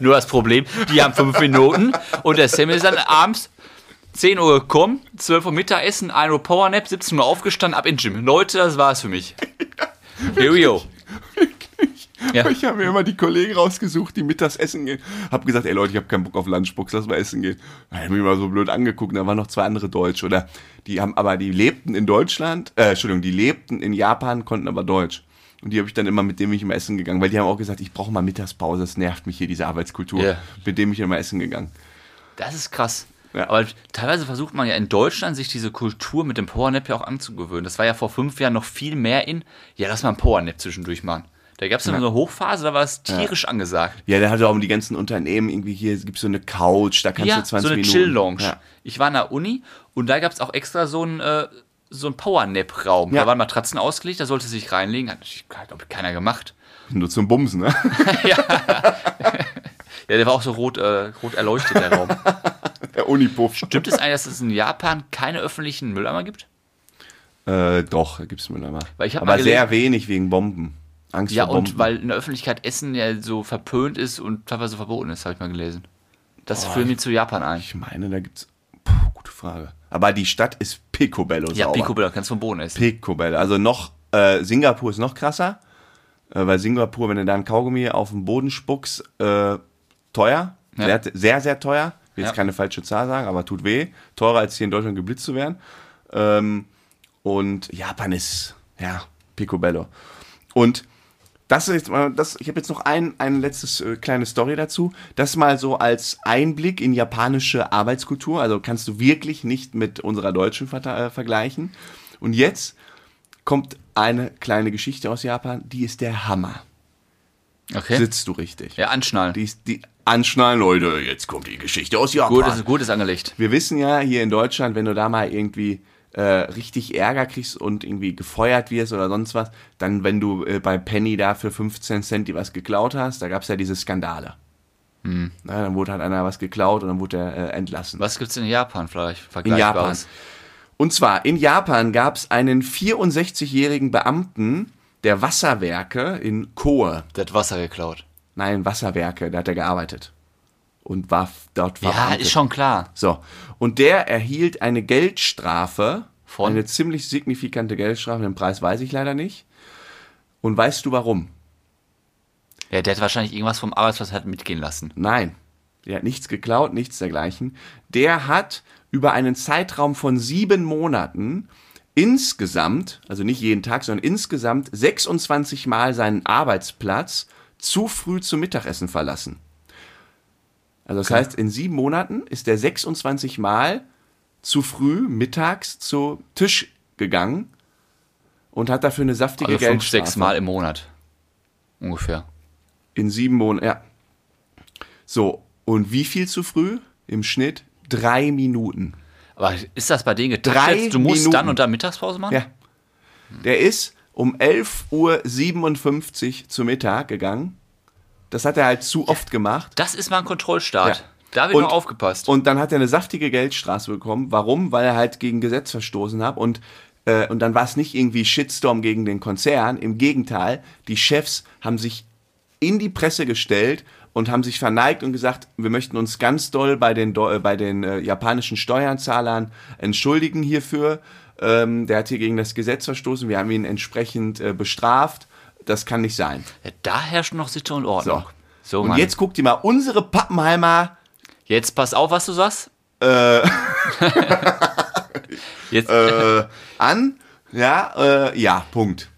B: Nur das Problem, die haben fünf Minuten und der Sam ist dann abends 10 Uhr gekommen, 12 Uhr Mittagessen, 1 Uhr Powernap, 17 Uhr aufgestanden, ab in den Gym. Leute, das war's für mich. Here we go. Ja.
A: Ich habe mir immer die Kollegen rausgesucht, die mittags essen gehen. Hab gesagt, ey Leute, ich habe keinen Bock auf Lunchbox, lass mal essen gehen. Da haben mich mal so blöd angeguckt. Da waren noch zwei andere Deutsche oder die haben aber die lebten in Deutschland, äh, Entschuldigung, die lebten in Japan, konnten aber Deutsch. Und die habe ich dann immer mit dem ich immer essen gegangen, weil die haben auch gesagt, ich brauche mal Mittagspause, das nervt mich hier diese Arbeitskultur.
B: Ja.
A: Mit dem ich immer essen gegangen.
B: Das ist krass.
A: Ja.
B: Aber teilweise versucht man ja in Deutschland, sich diese Kultur mit dem Powernap ja auch anzugewöhnen. Das war ja vor fünf Jahren noch viel mehr in, ja, lass mal einen Powernap zwischendurch machen. Da gab es immer so eine Hochphase, da war es tierisch angesagt.
A: Ja, der hatte auch die ganzen Unternehmen irgendwie hier, es gibt so eine Couch, da kannst
B: Ja,
A: du 20
B: so eine
A: Minuten.
B: Chill-Lounge.
A: Ja.
B: Ich war in der Uni und da gab es auch extra so einen, äh, so einen Powernap-Raum.
A: Ja.
B: Da waren Matratzen ausgelegt, da sollte sich reinlegen. Hat, natürlich, glaube ich, keiner gemacht.
A: Nur zum Bumsen, ne?
B: Ja, der war auch so rot, äh, rot erleuchtet, der Raum.
A: Der Unipuff.
B: Stimmt es eigentlich, dass es in Japan keine öffentlichen Mülleimer gibt?
A: Äh, doch, gibt es Mülleimer.
B: Weil ich hab mal
A: Aber
B: gelesen-
A: sehr wenig wegen Bomben. Angst
B: Ja,
A: vor Bomben.
B: und weil in der Öffentlichkeit Essen ja so verpönt ist und teilweise verboten ist, habe ich mal gelesen. Das fiel mir zu Japan ein.
A: ich meine, da gibt's. Puh, gute Frage. Aber die Stadt ist Picobello
B: Ja,
A: sauber.
B: Picobello kannst du vom Boden essen.
A: Picobello. Also noch, äh, Singapur ist noch krasser. Äh, weil Singapur, wenn du da einen Kaugummi auf den Boden spuckst, äh, teuer.
B: Ja.
A: Sehr, sehr, sehr teuer. Ich will jetzt
B: Ja.
A: keine falsche Zahl sagen, aber tut weh. Teurer als hier in Deutschland geblitzt zu werden. Ähm, und Japan ist, ja, Picobello. Und das ist jetzt mal, das, ich habe jetzt noch ein, eine letztes äh, kleine Story dazu. Das mal so als Einblick in japanische Arbeitskultur. Also kannst du wirklich nicht mit unserer deutschen verta- äh, vergleichen. Und jetzt kommt eine kleine Geschichte aus Japan, die ist der Hammer.
B: Okay.
A: Sitzt du richtig.
B: Ja, anschnallen.
A: Die ist die anschnallen, Leute, jetzt kommt die Geschichte aus Japan.
B: Gut, also das ist gut, ist angelegt.
A: Wir wissen ja hier in Deutschland, wenn du da mal irgendwie äh, richtig Ärger kriegst und irgendwie gefeuert wirst oder sonst was, dann wenn du äh, bei Penny da für 15 Cent dir was geklaut hast, da gab es ja diese Skandale.
B: Hm.
A: Na, dann wurde halt einer was geklaut und dann wurde er äh, entlassen.
B: Was gibt's in Japan
A: In
B: vielleicht
A: Japan.
B: vergleichbares?
A: Und zwar, in Japan gab es einen 64-jährigen Beamten der Wasserwerke in Koe.
B: Der hat Wasser geklaut.
A: Nein, Wasserwerke, da hat er gearbeitet. Und war f- dort
B: Ja,
A: verbeamtet.
B: ist schon klar.
A: So, und der erhielt eine Geldstrafe,
B: Von?
A: eine ziemlich signifikante Geldstrafe, den Preis weiß ich leider nicht. Und weißt du warum?
B: Ja, der hat wahrscheinlich irgendwas vom Arbeitsplatz halt mitgehen lassen.
A: Nein, der hat nichts geklaut, nichts dergleichen. Der hat über einen Zeitraum von sieben Monaten insgesamt, also nicht jeden Tag, sondern insgesamt 26 Mal seinen Arbeitsplatz zu früh zum Mittagessen verlassen. Also das heißt, in sieben Monaten ist der 26 Mal zu früh mittags zu Tisch gegangen und hat dafür eine saftige
B: Also fünf,
A: Geldstrafe.
B: sechs Mal im Monat. Ungefähr.
A: In sieben Monaten, ja. So, und wie viel zu früh? Im Schnitt drei Minuten.
B: Aber ist das bei denen gedacht?
A: Drei
B: jetzt? Du musst
A: Minuten.
B: dann und dann Mittagspause machen?
A: Ja. Der ist um 11.57 Uhr zu Mittag gegangen. Das hat er halt zu oft gemacht.
B: Das ist mal ein Kontrollstaat.
A: Ja.
B: Da wird
A: Und-
B: nur aufgepasst.
A: Und dann hat er eine saftige Geldstraße bekommen. Warum? Weil er halt gegen Gesetz verstoßen hat. Und, äh, und dann war es nicht irgendwie Shitstorm gegen den Konzern. Im Gegenteil, die Chefs haben sich in die Presse gestellt und haben sich verneigt und gesagt, wir möchten uns ganz doll bei den, Deu- äh, bei den äh, japanischen Steuerzahlern entschuldigen hierfür. Ähm, der hat hier gegen das Gesetz verstoßen. Wir haben ihn entsprechend äh, bestraft. Das kann nicht sein.
B: ja, da herrscht noch Sitte und Ordnung.
A: So.
B: So,
A: Und
B: Mann.
A: jetzt guckt ihr mal unsere Pappenheimer
B: Jetzt pass auf, was du sagst. Äh. Jetzt,
A: äh, an. Ja, äh, ja, Punkt.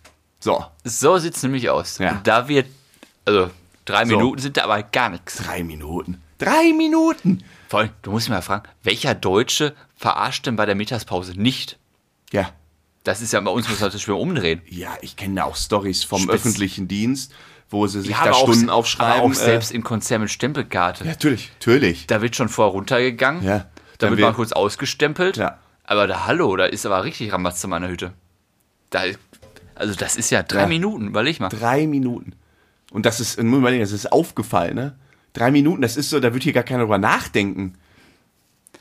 A: So,
B: so sieht's nämlich aus.
A: Ja.
B: Da wird, also drei
A: So.
B: Minuten sind da aber gar nichts.
A: drei Minuten. Drei Minuten!
B: Vor allem, du musst mich mal fragen, welcher Deutsche verarscht denn bei der Mittagspause nicht?
A: Ja,
B: Das ist ja bei uns, muss man das Spiel umdrehen.
A: ja, ich kenne da auch Stories vom
B: Spitz.
A: öffentlichen Dienst, wo sie sich
B: Ja,
A: da
B: aber auch-
A: Stunden aufschreiben.
B: Aber auch selbst in Konzern mit Stempelkarte.
A: Äh, ja, natürlich, natürlich.
B: äh, Da wird schon vorher runtergegangen.
A: Ja.
B: Da
A: Dann
B: wird
A: wird-
B: mal kurz ausgestempelt.
A: Ja.
B: Aber da, hallo, da ist aber richtig Ramatz zu meiner Hütte. Da, also das ist ja drei
A: Ja.
B: Minuten, überleg mal.
A: Drei Minuten. Und das ist, muss man überlegen, das ist aufgefallen, ne? Drei Minuten, das ist so, da wird hier gar keiner drüber nachdenken.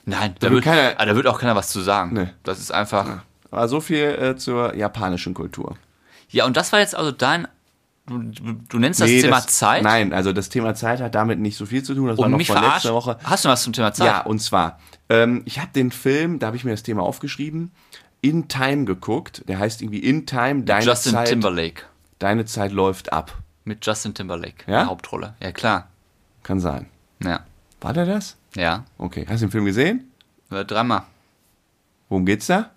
B: Nein, da
A: wird
B: wird,
A: keiner-
B: ah, da wird auch keiner was zu sagen.
A: Nee.
B: Das ist einfach.
A: Aber so viel äh, zur japanischen Kultur.
B: Ja, und das war jetzt also dein. Du, du du nennst das
A: Nee,
B: Thema Zeit
A: Nein, also das Thema Zeit hat damit nicht so viel zu tun. Das war
B: und
A: noch
B: mich
A: von
B: verarscht.
A: letzter Woche.
B: Hast du was zum Thema Zeit?
A: Ja, und zwar, ähm, ich habe den Film, da habe ich mir das Thema aufgeschrieben, In Time geguckt. Der heißt irgendwie In Time, deine
B: Justin
A: Zeit,
B: Timberlake.
A: deine Zeit läuft ab.
B: mit Justin Timberlake in
A: Ja?
B: der Hauptrolle. Ja, klar.
A: Kann sein.
B: Ja.
A: War der das?
B: Ja.
A: Okay. Hast du den Film gesehen?
B: Äh, Dreimal.
A: Worum geht's da?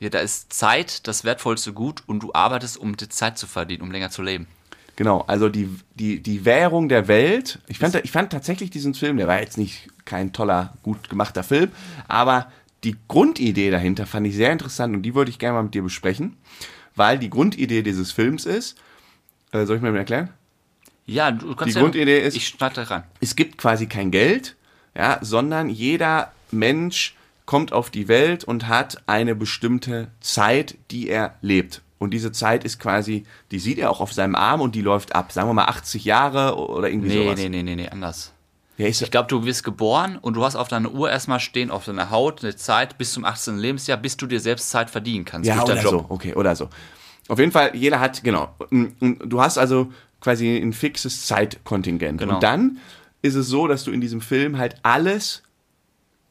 B: Ja, da ist Zeit das wertvollste Gut und du arbeitest, um die Zeit zu verdienen, um länger zu leben.
A: Genau, also die, die, die Währung der Welt. Ich fand, ich fand tatsächlich diesen Film, der war jetzt nicht kein toller, gut gemachter Film, aber die Grundidee dahinter fand ich sehr interessant und die wollte ich gerne mal mit dir besprechen, weil die Grundidee dieses Films ist, äh, soll ich mir mal erklären?
B: Ja, du
A: Die
B: kannst ja,
A: Grundidee ist-
B: Ich schnatter rein.
A: es gibt quasi kein Geld, ja, sondern jeder Mensch kommt auf die Welt und hat eine bestimmte Zeit, die er lebt. Und diese Zeit ist quasi, die sieht er auch auf seinem Arm und die läuft ab. Sagen wir mal 80 Jahre oder irgendwie
B: Nee,
A: sowas.
B: nee, nee, nee, nee, anders.
A: Ja, ist,
B: Ich glaube, du wirst geboren und du hast auf deiner Uhr erstmal stehen, auf deiner Haut, eine Zeit bis zum 18. Lebensjahr, bis du dir selbst Zeit verdienen kannst.
A: ja
B: durch
A: oder
B: deinen
A: so,
B: Job.
A: okay, oder so. Auf jeden Fall, jeder hat, genau. Und- und Du hast also quasi ein fixes Zeitkontingent.
B: Genau.
A: Und dann ist es so, dass du in diesem Film halt alles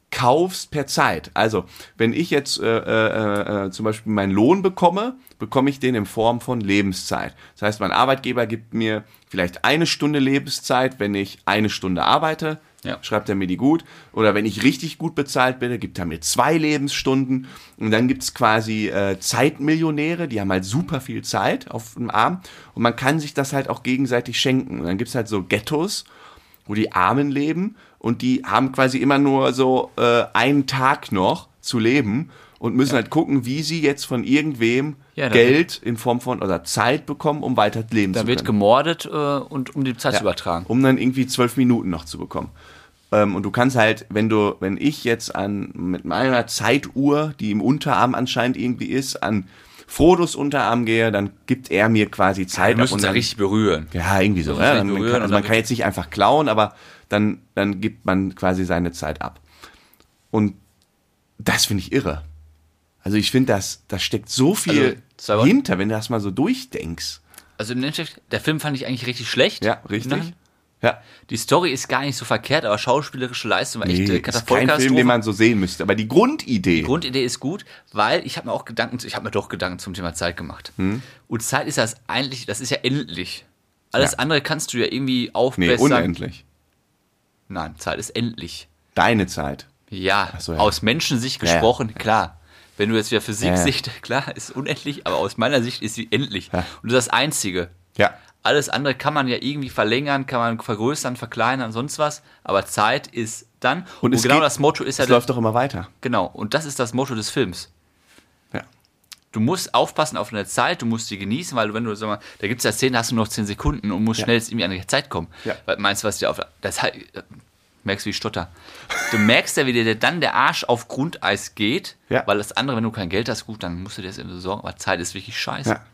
A: kaufst per Zeit. Also, wenn ich jetzt äh, äh, äh, zum Beispiel meinen Lohn bekomme, bekomme ich den in Form von Lebenszeit. Das heißt, mein Arbeitgeber gibt mir vielleicht eine Stunde Lebenszeit, wenn ich eine Stunde arbeite,
B: Ja.
A: schreibt er mir die gut. Oder wenn ich richtig gut bezahlt bin, gibt er mir zwei Lebensstunden. Und dann gibt es quasi äh, Zeitmillionäre, die haben halt super viel Zeit auf dem Arm. Und man kann sich das halt auch gegenseitig schenken. Und dann gibt es halt so Ghettos, wo die Armen leben und die haben quasi immer nur so äh, einen Tag noch zu leben und müssen halt gucken, wie sie jetzt von irgendwem
B: Ja, da
A: Geld in Form von oder Zeit bekommen, um weiter leben
B: Da
A: zu
B: wird
A: können.
B: gemordet äh, und um die Zeit zu übertragen.
A: Um dann irgendwie zwölf Minuten noch zu bekommen. Ähm, und du kannst halt, wenn du, wenn ich jetzt an mit meiner Zeituhr, die im Unterarm anscheinend irgendwie ist, an Frodos Unterarm gehe, dann gibt er mir quasi Zeit.
B: Du
A: ab
B: musst
A: und
B: uns ja
A: dann-
B: richtig berühren.
A: ja, irgendwie so.
B: Man muss
A: Ja,
B: nicht
A: dann, man
B: berühren
A: kann,
B: und
A: also
B: dann
A: man kann jetzt nicht einfach klauen, aber dann, dann gibt man quasi seine Zeit ab. Und das finde ich irre. Also ich finde, das, da steckt so viel
B: das war-
A: hinter, wenn du das mal so durchdenkst.
B: Also im Endeffekt, der Film fand ich eigentlich richtig schlecht.
A: Ja,
B: Im
A: richtig.
B: Nachhinein.
A: Ja.
B: Die Story ist gar nicht so verkehrt, aber schauspielerische Leistung war
A: Nee,
B: echt äh,
A: ist kein
B: Katastrophe.
A: Film, den man so sehen müsste. Aber die Grundidee.
B: Grundidee ist gut, weil ich habe mir auch Gedanken, ich habe mir doch Gedanken zum Thema Zeit gemacht.
A: Hm.
B: Und Zeit ist das eigentlich, das ist ja endlich. Alles
A: Ja.
B: andere kannst du ja irgendwie
A: nee,
B: aufbessern.
A: unendlich.
B: Nein, Zeit ist endlich.
A: Deine Zeit.
B: Ja,
A: so, ja.
B: aus Menschensicht
A: ja.
B: gesprochen, klar. Wenn du jetzt wieder Physik
A: Ja, ja.
B: sicht, klar, ist unendlich, aber aus meiner Sicht ist sie endlich.
A: Ja.
B: Und das ist das Einzige.
A: Ja.
B: Alles andere kann man ja irgendwie verlängern, kann man vergrößern, verkleinern, sonst was. Aber Zeit ist dann. Und,
A: es
B: genau
A: geht-
B: das Motto ist ja,
A: Es läuft doch immer weiter.
B: genau. Und das ist das Motto des Films.
A: Ja.
B: Du musst aufpassen auf deine Zeit, du musst die genießen, weil du, wenn du, sag mal, da gibt es ja Szenen, hast du noch 10 Sekunden und musst schnellst irgendwie an die Zeit kommen.
A: Ja.
B: Weil meinst du, was dir auf. Das halt, äh, merkst du, wie ich stotter. Du merkst ja, wie dir dann der Arsch auf Grundeis geht,
A: Ja.
B: weil das andere, wenn du kein Geld hast, gut, dann musst du dir das eben sorgen, aber Zeit ist wirklich scheiße.
A: Ja.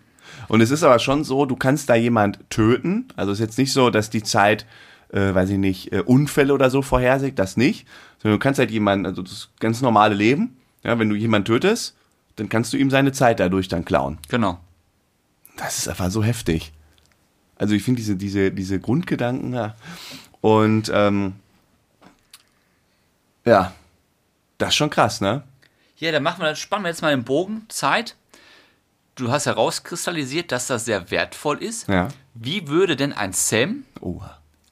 A: Und es ist aber schon so, du kannst da jemand töten. Also es ist jetzt nicht so, dass die Zeit, äh, weiß ich nicht, äh, Unfälle oder so vorhersagt, das nicht. Sondern du kannst halt jemanden, also das ganz normale Leben, ja, wenn du jemanden tötest, dann kannst du ihm seine Zeit dadurch dann klauen.
B: Genau.
A: Das ist einfach so heftig. Also ich finde diese, diese, diese Grundgedanken, ja. Und ähm, ja, das ist schon krass, ne?
B: Ja, dann machen wir, dann spannen wir jetzt mal den Bogen. Zeit. Du hast herauskristallisiert, dass das sehr wertvoll ist.
A: Ja.
B: Wie würde denn ein Sam
A: Oh.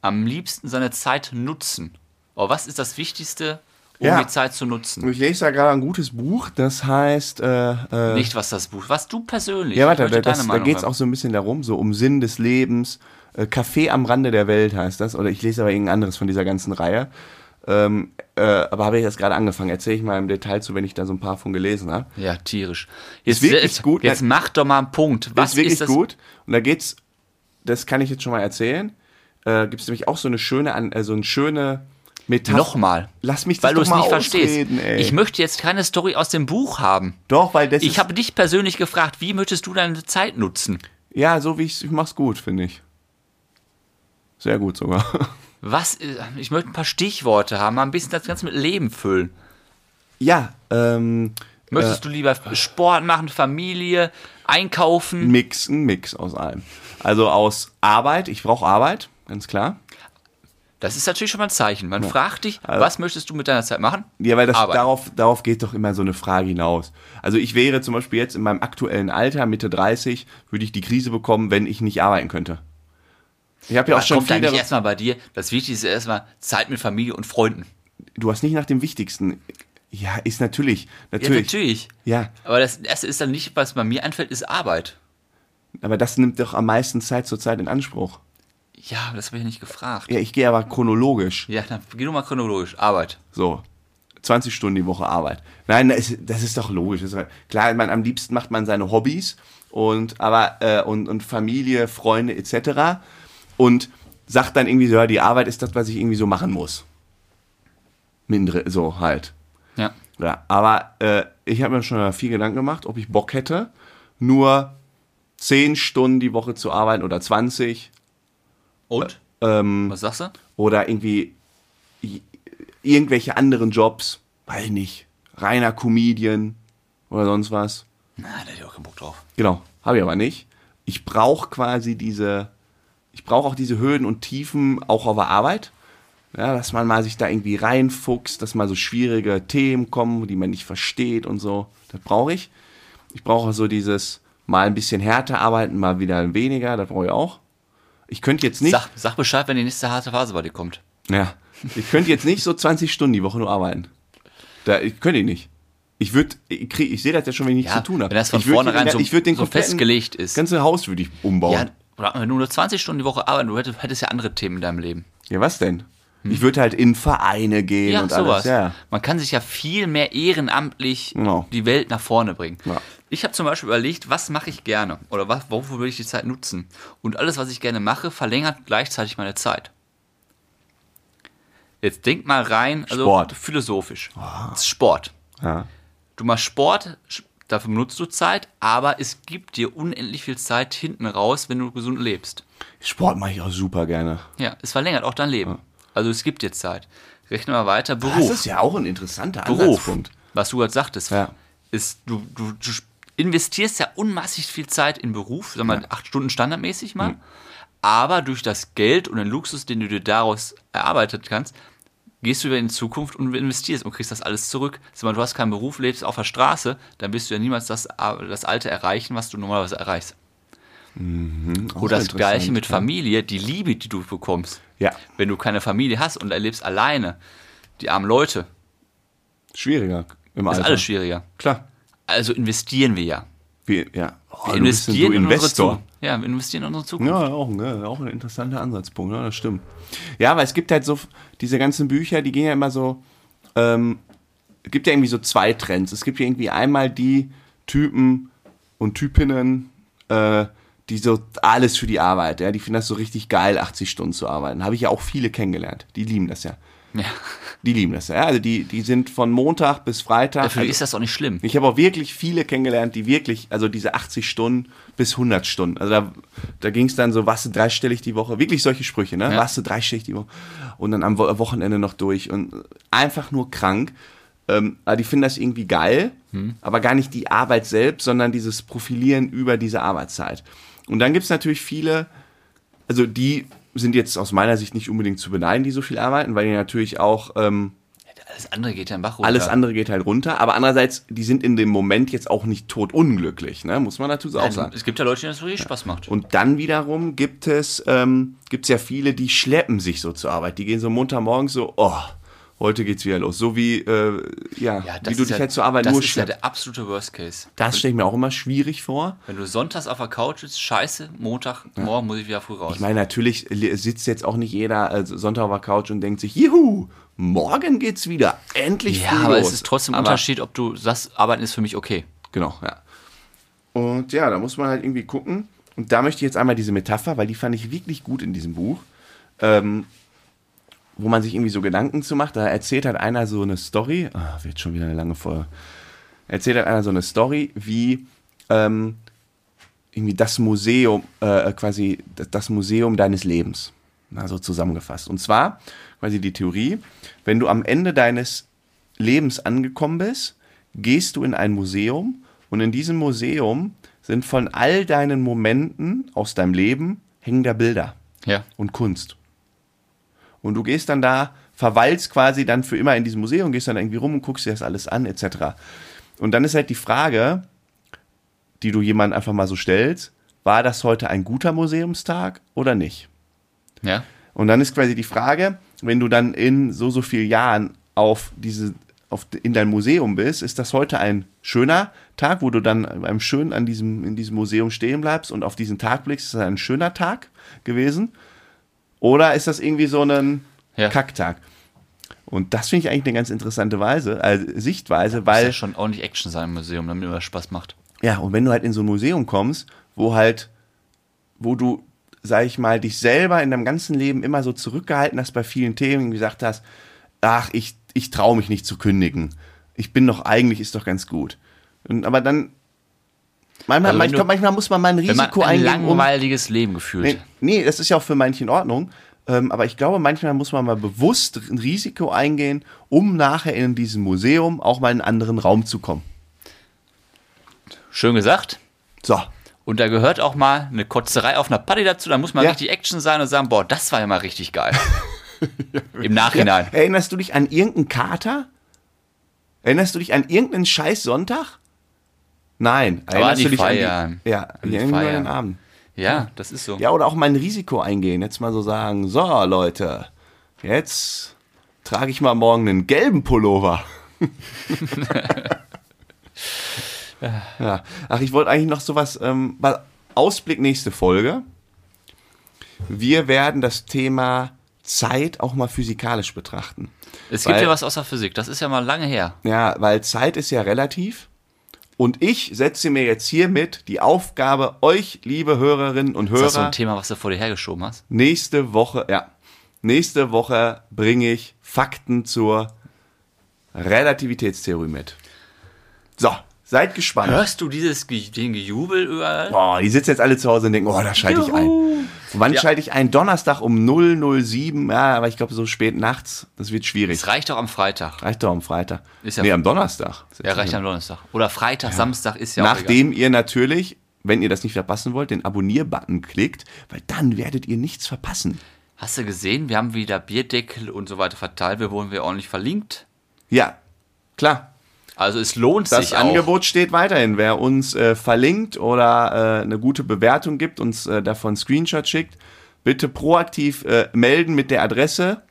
B: am liebsten seine Zeit nutzen? Oh, was ist das Wichtigste, um
A: Ja.
B: die Zeit zu nutzen?
A: Ich lese da gerade ein gutes Buch, das heißt äh, äh,
B: Nicht, was das Buch, was du persönlich.
A: Ja,
B: Ich
A: warte,
B: möchte
A: da, das, da geht es
B: hören.
A: auch so ein bisschen darum, so um Sinn des Lebens. Äh, Café am Rande der Welt heißt das, oder ich lese aber irgendein anderes von dieser ganzen Reihe. Ähm, äh, aber habe ich das gerade angefangen? Erzähle ich mal im Detail zu, wenn ich da so ein paar von gelesen habe.
B: Ja, tierisch. Jetzt, äh,
A: wirklich
B: jetzt,
A: gut,
B: Jetzt
A: ne?
B: mach doch mal einen Punkt. Was
A: ist wirklich
B: das?
A: gut. Und da geht's, das kann ich jetzt schon mal erzählen. Äh, Gibt es nämlich auch so eine schöne, An- äh, so eine schöne Metapher.
B: Nochmal.
A: Lass mich das
B: Weil du
A: doch
B: es
A: mal
B: nicht verstehst.
A: ausreden, Ey.
B: Ich möchte jetzt keine Story aus dem Buch haben.
A: doch, weil das
B: Ich
A: ist-
B: habe dich persönlich gefragt, wie möchtest du deine Zeit nutzen?
A: ja so wie ich's, ich mach's gut, finde ich. Sehr gut sogar.
B: Was, äh, ich möchte ein paar Stichworte haben, mal ein bisschen das Ganze mit Leben füllen.
A: ja, ähm,
B: Möchtest du lieber Sport machen, Familie, einkaufen?
A: Mix, ein Mix aus allem. Also aus Arbeit, ich brauche Arbeit, ganz klar.
B: Das ist natürlich schon mal ein Zeichen. Man fragt dich, was möchtest du mit deiner Zeit machen?
A: Also Ja, weil das,
B: Arbeit.
A: darauf, darauf geht doch immer so eine Frage hinaus. Also ich wäre zum Beispiel jetzt in meinem aktuellen Alter, Mitte 30, würde ich die Krise bekommen, wenn ich nicht arbeiten könnte. Ich habe ja auch
B: Was
A: schon
B: kommt eigentlich
A: viele.
B: erstmal bei dir? Das Wichtigste ist erstmal Zeit mit Familie und Freunden.
A: Du hast nicht nach dem Wichtigsten. Ja, ist natürlich.
B: Ja,
A: Natürlich.
B: natürlich.
A: Ja,
B: Aber das erste ist dann nicht, was bei mir anfällt, ist Arbeit.
A: aber das nimmt doch am meisten Zeit zurzeit in Anspruch.
B: Ja, aber das habe ich ja nicht gefragt.
A: Ja, ich gehe aber chronologisch.
B: Ja, dann geh du mal chronologisch. Arbeit.
A: So. 20 Stunden die Woche Arbeit. Nein, das ist, das ist doch logisch. Das ist, klar, man, am liebsten macht man seine Hobbys und, aber, äh, und, und Familie, Freunde etc. Und sagt dann irgendwie so, ja, die Arbeit ist das, was ich irgendwie so machen muss. Mindere, so halt.
B: Ja.
A: Ja, aber äh, ich habe mir schon viel Gedanken gemacht, ob ich Bock hätte, nur 10 Stunden die Woche zu arbeiten oder 20
B: Und?
A: ähm,
B: Was sagst du?
A: oder irgendwie i- irgendwelche anderen Jobs, weiß ich nicht, reiner Comedian oder sonst was.
B: Na, da hätte ich auch keinen Bock drauf.
A: Genau, habe ich aber nicht. Ich brauche quasi diese, ich brauche auch diese Höhen und Tiefen auch auf der Arbeit. Ja, dass man mal sich da irgendwie reinfuchst, dass mal so schwierige Themen kommen, die man nicht versteht und so. Das brauche ich. Ich brauche so dieses mal ein bisschen härter arbeiten, mal wieder weniger. Das brauche ich auch. Ich könnte jetzt nicht.
B: Sag, sag Bescheid, wenn die nächste harte Phase bei dir kommt.
A: Ja. Ich könnte jetzt nicht so 20 Stunden die Woche nur arbeiten. Da ich, könnte ich nicht. Ich würde, ich, krieg- ich sehe das ja schon, wenn ich nichts zu tun habe.
B: wenn das von
A: ich würd
B: vornherein
A: den,
B: so,
A: ich würd den
B: so
A: kompletten-
B: festgelegt
A: Das
B: ist.
A: ganze Haus würde ich umbauen.
B: Ja,
A: Ja,
B: oder wenn du nur 20 Stunden die Woche arbeitest, du hättest, hättest ja andere Themen in deinem Leben.
A: was denn? Ich würde halt in Vereine gehen
B: Hm. Ja,
A: und alles.
B: sowas.
A: Ja.
B: Man kann sich ja viel mehr ehrenamtlich
A: Genau.
B: die Welt nach vorne bringen.
A: Ja.
B: Ich habe zum Beispiel überlegt, was mache ich gerne oder was, wofür würde ich die Zeit nutzen? Und alles, was ich gerne mache, verlängert gleichzeitig meine Zeit. Jetzt denk mal rein, also
A: Sport. Ah.
B: philosophisch. Das ist Sport.
A: Ja.
B: Du machst Sport, sch- dafür benutzt du Zeit, aber es gibt dir unendlich viel Zeit hinten raus, wenn du gesund lebst.
A: Sport mache ich auch super gerne.
B: Ja, es verlängert auch dein Leben. Also es gibt dir Zeit. Rechne mal weiter. Beruf.
A: Das ist ja auch ein interessanter
B: Beruf,
A: Ansatzpunkt.
B: was du gerade sagtest,
A: Ja.
B: ist, du, du, du investierst ja unmassig viel Zeit in Beruf, sagen wir mal acht Stunden standardmäßig mal,
A: Hm.
B: aber durch das Geld und den Luxus, den du dir daraus erarbeitet kannst, gehst du wieder in die Zukunft und investierst und kriegst das alles zurück. Sag mal, du hast keinen Beruf, lebst auf der Straße, dann wirst du ja niemals das, ah, das Alte erreichen, was du normalerweise erreichst.
A: Auch
B: Oder das
A: interessant.
B: Gleiche mit Familie, die Liebe, die du bekommst.
A: Ja,
B: Wenn du keine Familie hast und erlebst alleine die armen Leute,
A: schwieriger im
B: ist
A: Alter.
B: alles schwieriger.
A: Klar.
B: Also investieren wir ja.
A: Wir, ja. Oh,
B: Wir
A: du bist ein-
B: investieren
A: du
B: in unsere
A: Investor.
B: Zukunft. Ja, wir investieren in unsere Zukunft.
A: Ja, auch, ne? auch ein interessanter Ansatzpunkt, ne? das stimmt. Ja, aber es gibt halt so, diese ganzen Bücher, die gehen ja immer so, ähm, es gibt ja irgendwie so zwei Trends. Es gibt ja irgendwie einmal die Typen und Typinnen, äh, die so alles für die Arbeit, ja, die finden das so richtig geil, 80 Stunden zu arbeiten. Habe ich ja auch viele kennengelernt. Die lieben das ja.
B: Ja.
A: Die lieben das ja. Also die, die sind von Montag bis Freitag.
B: Dafür
A: also-
B: ist das auch nicht schlimm.
A: ich habe auch wirklich viele kennengelernt, die wirklich, also diese 80 Stunden bis 100 Stunden, also da, da ging es dann so, was du dreistellig die Woche, wirklich solche Sprüche, ne?
B: Ja.
A: Was du dreistellig die Woche und dann am Wo- Wochenende noch durch und einfach nur krank. Ähm, aber die finden das irgendwie geil, aber gar nicht die Arbeit selbst, sondern dieses Profilieren über diese Arbeitszeit. Und dann gibt es natürlich viele, also die sind jetzt aus meiner Sicht nicht unbedingt zu beneiden, die so viel arbeiten, weil die natürlich auch ähm,
B: Alles andere geht ja im Bach runter.
A: alles andere geht halt runter, aber andererseits, die sind in dem Moment jetzt auch nicht totunglücklich, ne? muss man dazu auch
B: Also,
A: sagen.
B: es gibt ja Leute, denen das richtig Spaß macht.
A: Und dann wiederum gibt es ähm, gibt's ja viele, die schleppen sich so zur Arbeit. Die gehen so Montagmorgens so, oh, heute geht's wieder los. So wie, äh, ja,
B: Ja, das
A: wie du dich
B: ist ja,
A: halt zur Arbeit
B: das
A: nur
B: ist ja
A: schleppst.
B: der absolute Worst Case.
A: das stelle ich mir auch immer schwierig vor.
B: Wenn du sonntags auf der Couch sitzt, scheiße, Montag, morgen muss ich wieder früh raus.
A: Ich meine, natürlich li- sitzt jetzt auch nicht jeder äh, Sonntag auf der Couch und denkt sich, juhu, morgen geht's wieder, endlich
B: ja,
A: früh
B: aber
A: los.
B: es ist trotzdem ein
A: Aber-
B: Unterschied, ob du sagst, Arbeiten ist für mich okay.
A: Genau, ja. Und ja, da muss man halt irgendwie gucken. Und da möchte ich jetzt einmal diese Metapher, weil die fand ich wirklich gut in diesem Buch, ähm, wo man sich irgendwie so Gedanken zu macht. Da erzählt halt einer so eine Story, ah, wird schon wieder eine lange Folge, erzählt halt einer so eine Story, wie ähm, irgendwie das Museum, äh, quasi d- das Museum deines Lebens. Na, so zusammengefasst. Und zwar quasi die Theorie, wenn du am Ende deines Lebens angekommen bist, gehst du in ein Museum und in diesem Museum sind von all deinen Momenten aus deinem Leben hängen da Bilder
B: Ja.
A: und Kunst. Und du gehst dann da, verweilst quasi dann für immer in diesem Museum, gehst dann irgendwie rum und guckst dir das alles an, etc. Und dann ist halt die Frage, die du jemandem einfach mal so stellst, war das heute ein guter Museumstag oder nicht?
B: Ja.
A: Und dann ist quasi die Frage, wenn du dann in so, so vielen Jahren auf diese, auf, in dein Museum bist, ist das heute ein schöner Tag, wo du dann beim Schönen an diesem, in diesem Museum stehen bleibst und auf diesen Tag blickst, ist das ein schöner Tag gewesen? Oder ist das irgendwie so ein
B: Ja.
A: Kacktag? Und das finde ich eigentlich eine ganz interessante Weise, also Sichtweise,
B: Muss
A: weil
B: ja schon ordentlich Action sein im Museum, damit immer Spaß macht.
A: ja, und wenn du halt in so ein Museum kommst, wo halt, wo du, sag ich mal, dich selber in deinem ganzen Leben immer so zurückgehalten hast bei vielen Themen und gesagt hast, ach, ich, ich traue mich nicht zu kündigen. Ich bin doch eigentlich, ist doch ganz gut. Und, aber dann, manchmal,
B: Also wenn
A: ich
B: du-
A: glaub, manchmal muss man mal ein
B: Wenn man
A: Risiko
B: ein
A: eingehen. Um,
B: langweiliges Leben gefühlt.
A: nee, nee, das ist ja auch für manche in Ordnung. Ähm, aber ich glaube, manchmal muss man mal bewusst ein Risiko eingehen, um nachher in diesem Museum auch mal in einen anderen Raum zu kommen.
B: Schön gesagt.
A: So.
B: Und da gehört auch mal eine Kotzerei auf einer Party dazu. Da muss man
A: Ja.
B: richtig Action sein und sagen, boah, das war ja mal richtig geil. Im Nachhinein.
A: Erinnerst du dich an irgendeinen Kater? Erinnerst du dich an irgendeinen scheiß Sonntag? Nein. Erinnerst
B: die
A: du dich an
B: Feiern.
A: die, ja,
B: An
A: an
B: die Feiern.
A: irgendeinen Abend.
B: Ja, das ist so.
A: Ja, oder auch mal ein Risiko eingehen. Jetzt mal so sagen, so Leute, jetzt trage ich mal morgen einen gelben Pullover. ja. Ach, ich wollte eigentlich noch sowas, ähm, mal Ausblick nächste Folge. Wir werden das Thema Zeit auch mal physikalisch betrachten.
B: Es gibt
A: Weil-
B: ja was außer Physik. Das ist ja mal lange her.
A: Ja, weil Zeit ist ja relativ. Und ich setze mir jetzt hiermit die Aufgabe, euch, liebe Hörerinnen und
B: Ist das so ein
A: Hörer,
B: Thema, was du vor dir hergeschoben hast?
A: nächste Woche, ja, nächste Woche bringe ich Fakten zur Relativitätstheorie mit. So, seid gespannt.
B: Hörst du dieses Ge- den Gejubel überall?
A: Boah, die sitzen jetzt alle zu Hause und denken, oh, da schalte ich ein.
B: Juhu.
A: Und Wann
B: Ja.
A: schalte ich ein? Donnerstag um 007, ja, aber ich glaube, so spät nachts, das wird schwierig.
B: Es reicht auch am Freitag.
A: Reicht doch am Freitag.
B: Ist ja-
A: nee, am Donnerstag.
B: Ja, reicht am Donnerstag. Oder Freitag, Samstag ist ja auch egal.
A: Nachdem ihr natürlich, wenn ihr das nicht verpassen wollt, den Abonnier-Button klickt, weil dann werdet ihr nichts verpassen.
B: Hast du gesehen, wir haben wieder Bierdeckel und so weiter verteilt. Wir wurden wir ordentlich verlinkt.
A: Ja, klar.
B: Also es lohnt
A: Das
B: sich auch.
A: Angebot steht weiterhin. Wer uns äh, verlinkt oder äh, eine gute Bewertung gibt, uns äh, davon Screenshot schickt, bitte proaktiv äh, melden mit der Adresse.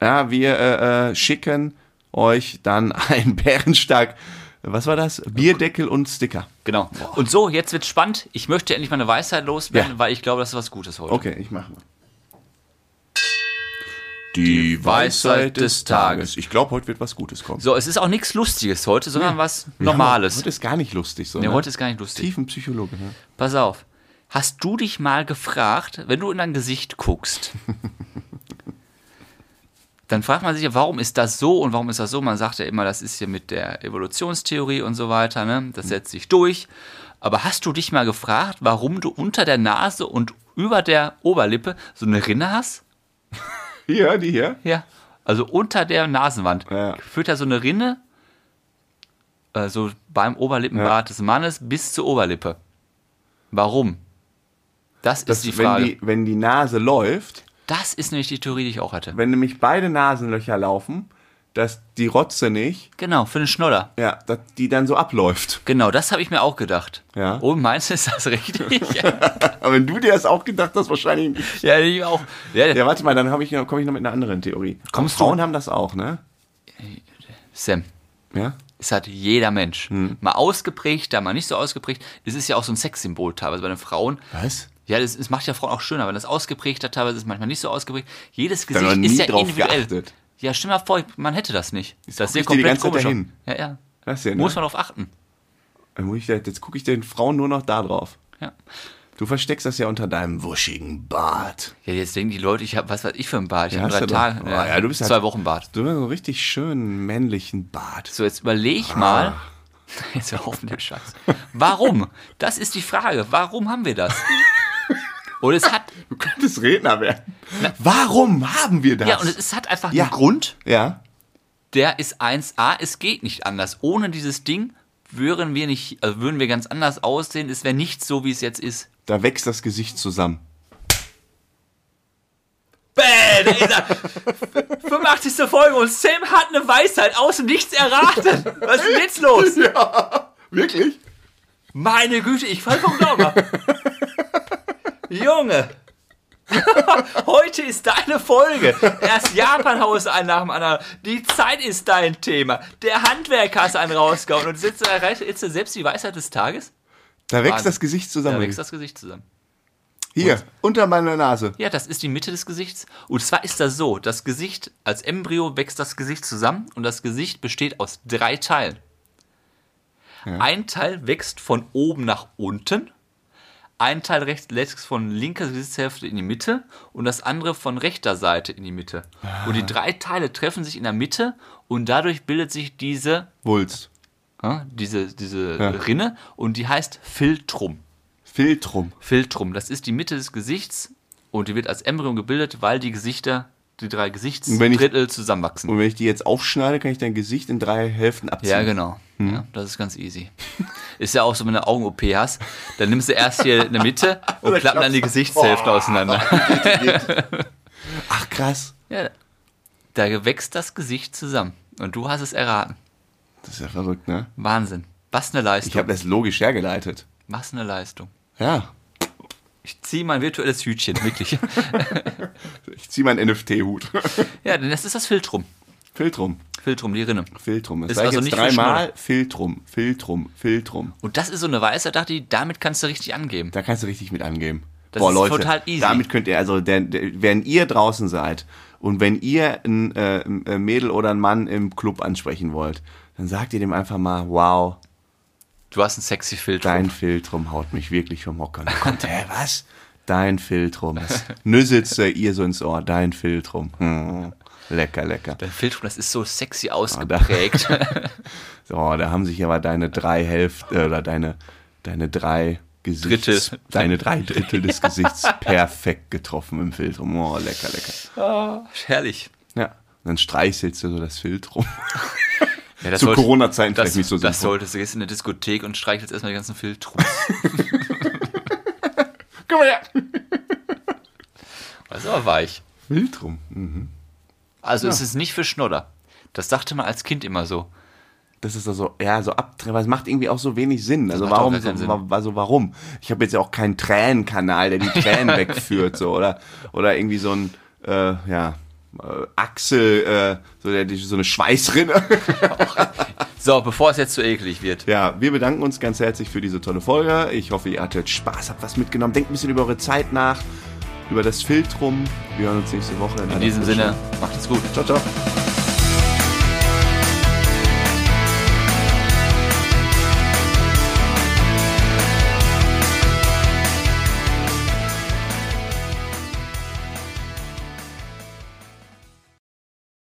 A: Ja, wir äh, äh, schicken euch dann einen Bärenstark. Was war das? Bierdeckel und Sticker.
B: Genau. Und so, jetzt wird's spannend. Ich möchte endlich meine Weisheit loswerden,
A: Ja.
B: weil ich glaube, das ist was Gutes heute.
A: Okay, ich mache mal. Die
B: Weisheit des Tages.
A: Ich glaube, heute wird was Gutes kommen.
B: So, es ist auch nichts Lustiges heute, sondern was Normales.
A: Heute ist gar nicht lustig, so.
B: Nee,
A: ne?
B: heute ist gar nicht lustig.
A: Tiefenpsychologe. Ne?
B: Pass auf. Hast du dich mal gefragt, wenn du in dein Gesicht guckst, dann fragt man sich ja, warum ist das so und warum ist das so? Man sagt ja immer, das ist hier mit der Evolutionstheorie und so weiter, ne? das setzt sich durch. Aber hast du dich mal gefragt, warum du unter der Nase und über der Oberlippe so eine Rinne hast?
A: Hier, die hier.
B: Ja. Also unter der Nasenwand
A: Ja.
B: führt da so eine Rinne, also beim Oberlippenbart des Mannes bis zur Oberlippe. Warum? Das, ist die Frage.
A: wenn, die, wenn die Nase läuft,
B: das ist nämlich die Theorie, die ich auch hatte.
A: wenn nämlich beide Nasenlöcher laufen, dass die Rotze nicht,
B: Genau, für den Schnodder.
A: ja, dass die dann so abläuft.
B: Genau, das habe ich mir auch gedacht.
A: Ja.
B: Oh, meinst du, ist das richtig? ja,
A: Aber wenn du dir das auch gedacht hast, wahrscheinlich nicht.
B: ja, ich auch. Ja,
A: Ja, warte mal, dann komme ich, noch- komm ich noch mit einer anderen Theorie.
B: Kommst
A: Frauen
B: du?
A: haben das auch, ne?
B: Sam,
A: Ja.
B: es hat jeder Mensch.
A: Hm.
B: Mal ausgeprägt, da mal nicht so ausgeprägt. Es ist ja auch so ein Sexsymbol teilweise bei den Frauen.
A: Was?
B: Ja, das, das macht ja Frauen auch schöner, wenn das ausgeprägter teilweise ist, manchmal nicht so ausgeprägt. Jedes
A: hab
B: Gesicht
A: noch
B: ist
A: nie
B: ja
A: drauf
B: individuell.
A: geachtet.
B: Ja, stell mal vor, man hätte das nicht. das
A: guck
B: sieht
A: ich dir die
B: komplett
A: ganze Zeit
B: komisch aus.
A: dahin.
B: Ja, ja.
A: Das hier, ne?
B: Muss man drauf achten.
A: Dann muss ich da- Jetzt gucke ich den Frauen nur noch da drauf.
B: Ja.
A: Du versteckst das ja unter deinem wuschigen Bart.
B: ja, jetzt denken die Leute, ich habe, was weiß ich für ein Bart? Ich
A: Ja,
B: habe drei
A: hast du doch.
B: Tage, äh,
A: Oh, ja, du bist
B: zwei
A: halt-
B: Wochen Bart.
A: Du hast so einen richtig schönen männlichen Bart.
B: So, jetzt
A: Ah.
B: überleg mal. Jetzt hör auf mit dem Scheiß. Warum? Das ist die Frage. Warum haben wir das? Und es hat,
A: Du könntest Redner werden. Warum haben wir das?
B: ja, und es, es hat einfach
A: Ja.
B: einen Grund.
A: Ja.
B: der ist 1A, es geht nicht anders. Ohne dieses Ding würden wir nicht, also würden wir ganz anders aussehen, es wäre nicht so, wie es jetzt ist.
A: Da wächst das Gesicht zusammen.
B: Bäh, da ist er. 85. Folge und Sam hat eine Weisheit aus dem Nichts erraten. Was ist denn jetzt los?
A: Wirklich?
B: Meine Güte, ich fall vom Glauben ab. Junge. Heute ist deine Folge. Erst Japanhaus ein nach dem anderen. Die Zeit ist dein Thema. Der Handwerker hast einen rausgehauen. Und jetzt erreicht jetzt selbst die Weisheit des Tages.
A: Da wächst
B: Wahnsinn.
A: das Gesicht zusammen.
B: Da wächst das Gesicht zusammen.
A: Hier, unter meiner Nase.
B: Ja, das ist die Mitte des Gesichts. Und zwar ist das so, das Gesicht, als Embryo wächst das Gesicht zusammen und das Gesicht besteht aus drei Teilen. Ein Teil wächst von oben nach unten, ein Teil rechts wächst von linker Gesichtshälfte in die Mitte und das andere von rechter Seite in die Mitte. Und die drei Teile treffen sich in der Mitte und dadurch bildet sich diese,
A: Wulst.
B: äh, diese, diese
A: Ja.
B: Rinne und die heißt Filtrum.
A: Filtrum.
B: Filtrum. Das ist die Mitte des Gesichts und die wird als Embryo gebildet, weil die Gesichter, die drei
A: wenn ich-
B: Gesichtsdrittel zusammenwachsen.
A: Und wenn ich die jetzt aufschneide, kann ich dein Gesicht in drei Hälften abziehen.
B: Ja, genau. Ja, das ist ganz easy. Ist ja auch so, wenn du Augen-OP hast, dann nimmst du erst hier in der Mitte und
A: Oder
B: klappen dann die
A: klappst-
B: Gesichtshälfte
A: Oh.
B: auseinander.
A: Ach krass.
B: Ja, da wächst das Gesicht zusammen. Und du hast es erraten.
A: Das ist ja verrückt, ne?
B: Wahnsinn. Was eine
A: Ich habe
B: Leistung.
A: das logisch hergeleitet.
B: Was eine Leistung.
A: Ja.
B: Ich ziehe mein virtuelles Hütchen, wirklich.
A: Ich ziehe meinen NFT-Hut.
B: ja, denn das ist das Filtrum.
A: Filtrum.
B: Filtrum, die Rinne.
A: Filtrum. Das
B: Ist
A: sag ich
B: also
A: jetzt
B: nicht für
A: dreimal. Filtrum. Filtrum. Filtrum.
B: Und das ist so eine Weisheit, dachte ich, damit kannst du richtig angeben.
A: Da kannst du richtig mit angeben.
B: Das ist total easy.
A: Damit könnt ihr, also der, der, wenn ihr draußen seid und wenn ihr ein, äh, ein Mädel oder einen Mann im Club ansprechen wollt, dann sagt ihr dem einfach mal, wow,
B: Du hast ein sexy Filtrum.
A: dein Filtrum haut mich wirklich vom Hocker. Und dann kommt, hä, was? Dein Filtrum. Nüssitze ihr so ins Ohr, dein Filtrum. Hm. Lecker, lecker.
B: Dein Filtrum, das ist so
A: Ah,
B: sexy ausgeprägt.
A: So, da haben sich aber deine drei Hälfte äh, oder deine, deine drei Gesichts,
B: Drittel.
A: deine drei Drittel des Gesichts perfekt getroffen im Filtrum. Oh, lecker, lecker.
B: oh, herrlich.
A: Ja. Und dann streichelst du so das Filtrum.
B: Ja, das
A: Zu
B: sollte-
A: Corona-Zeiten
B: das,
A: vielleicht nicht so
B: Das
A: sinnvoll.
B: solltest du gehst in eine Diskothek und streichelst erstmal die ganzen Filtrum.
A: Komm mal her.
B: Das ist Also, aber weich.
A: Filtrum. Hm.
B: Also es ist nicht für Schnodder. Das dachte man als Kind immer so.
A: Das ist also, ja, so abtrennen. Es macht irgendwie auch so wenig Sinn. Also
B: macht auch
A: warum,
B: gar keinen
A: so,
B: Sinn.
A: wa- also warum? Ich habe jetzt ja auch keinen Tränenkanal, der die Tränen wegführt, so, oder, oder irgendwie so ein, äh, ja, äh, Achsel, äh, so, der, die, so eine Schweißrinne.
B: So, bevor es jetzt zu eklig wird.
A: Ja, wir bedanken uns ganz herzlich für diese tolle Folge. Ich hoffe, ihr hattet Spaß, habt was mitgenommen. Denkt ein bisschen über eure Zeit nach, über das Filtrum. Wir hören uns nächste Woche.
B: In diesem Sinne, macht es gut.
A: Ciao, ciao.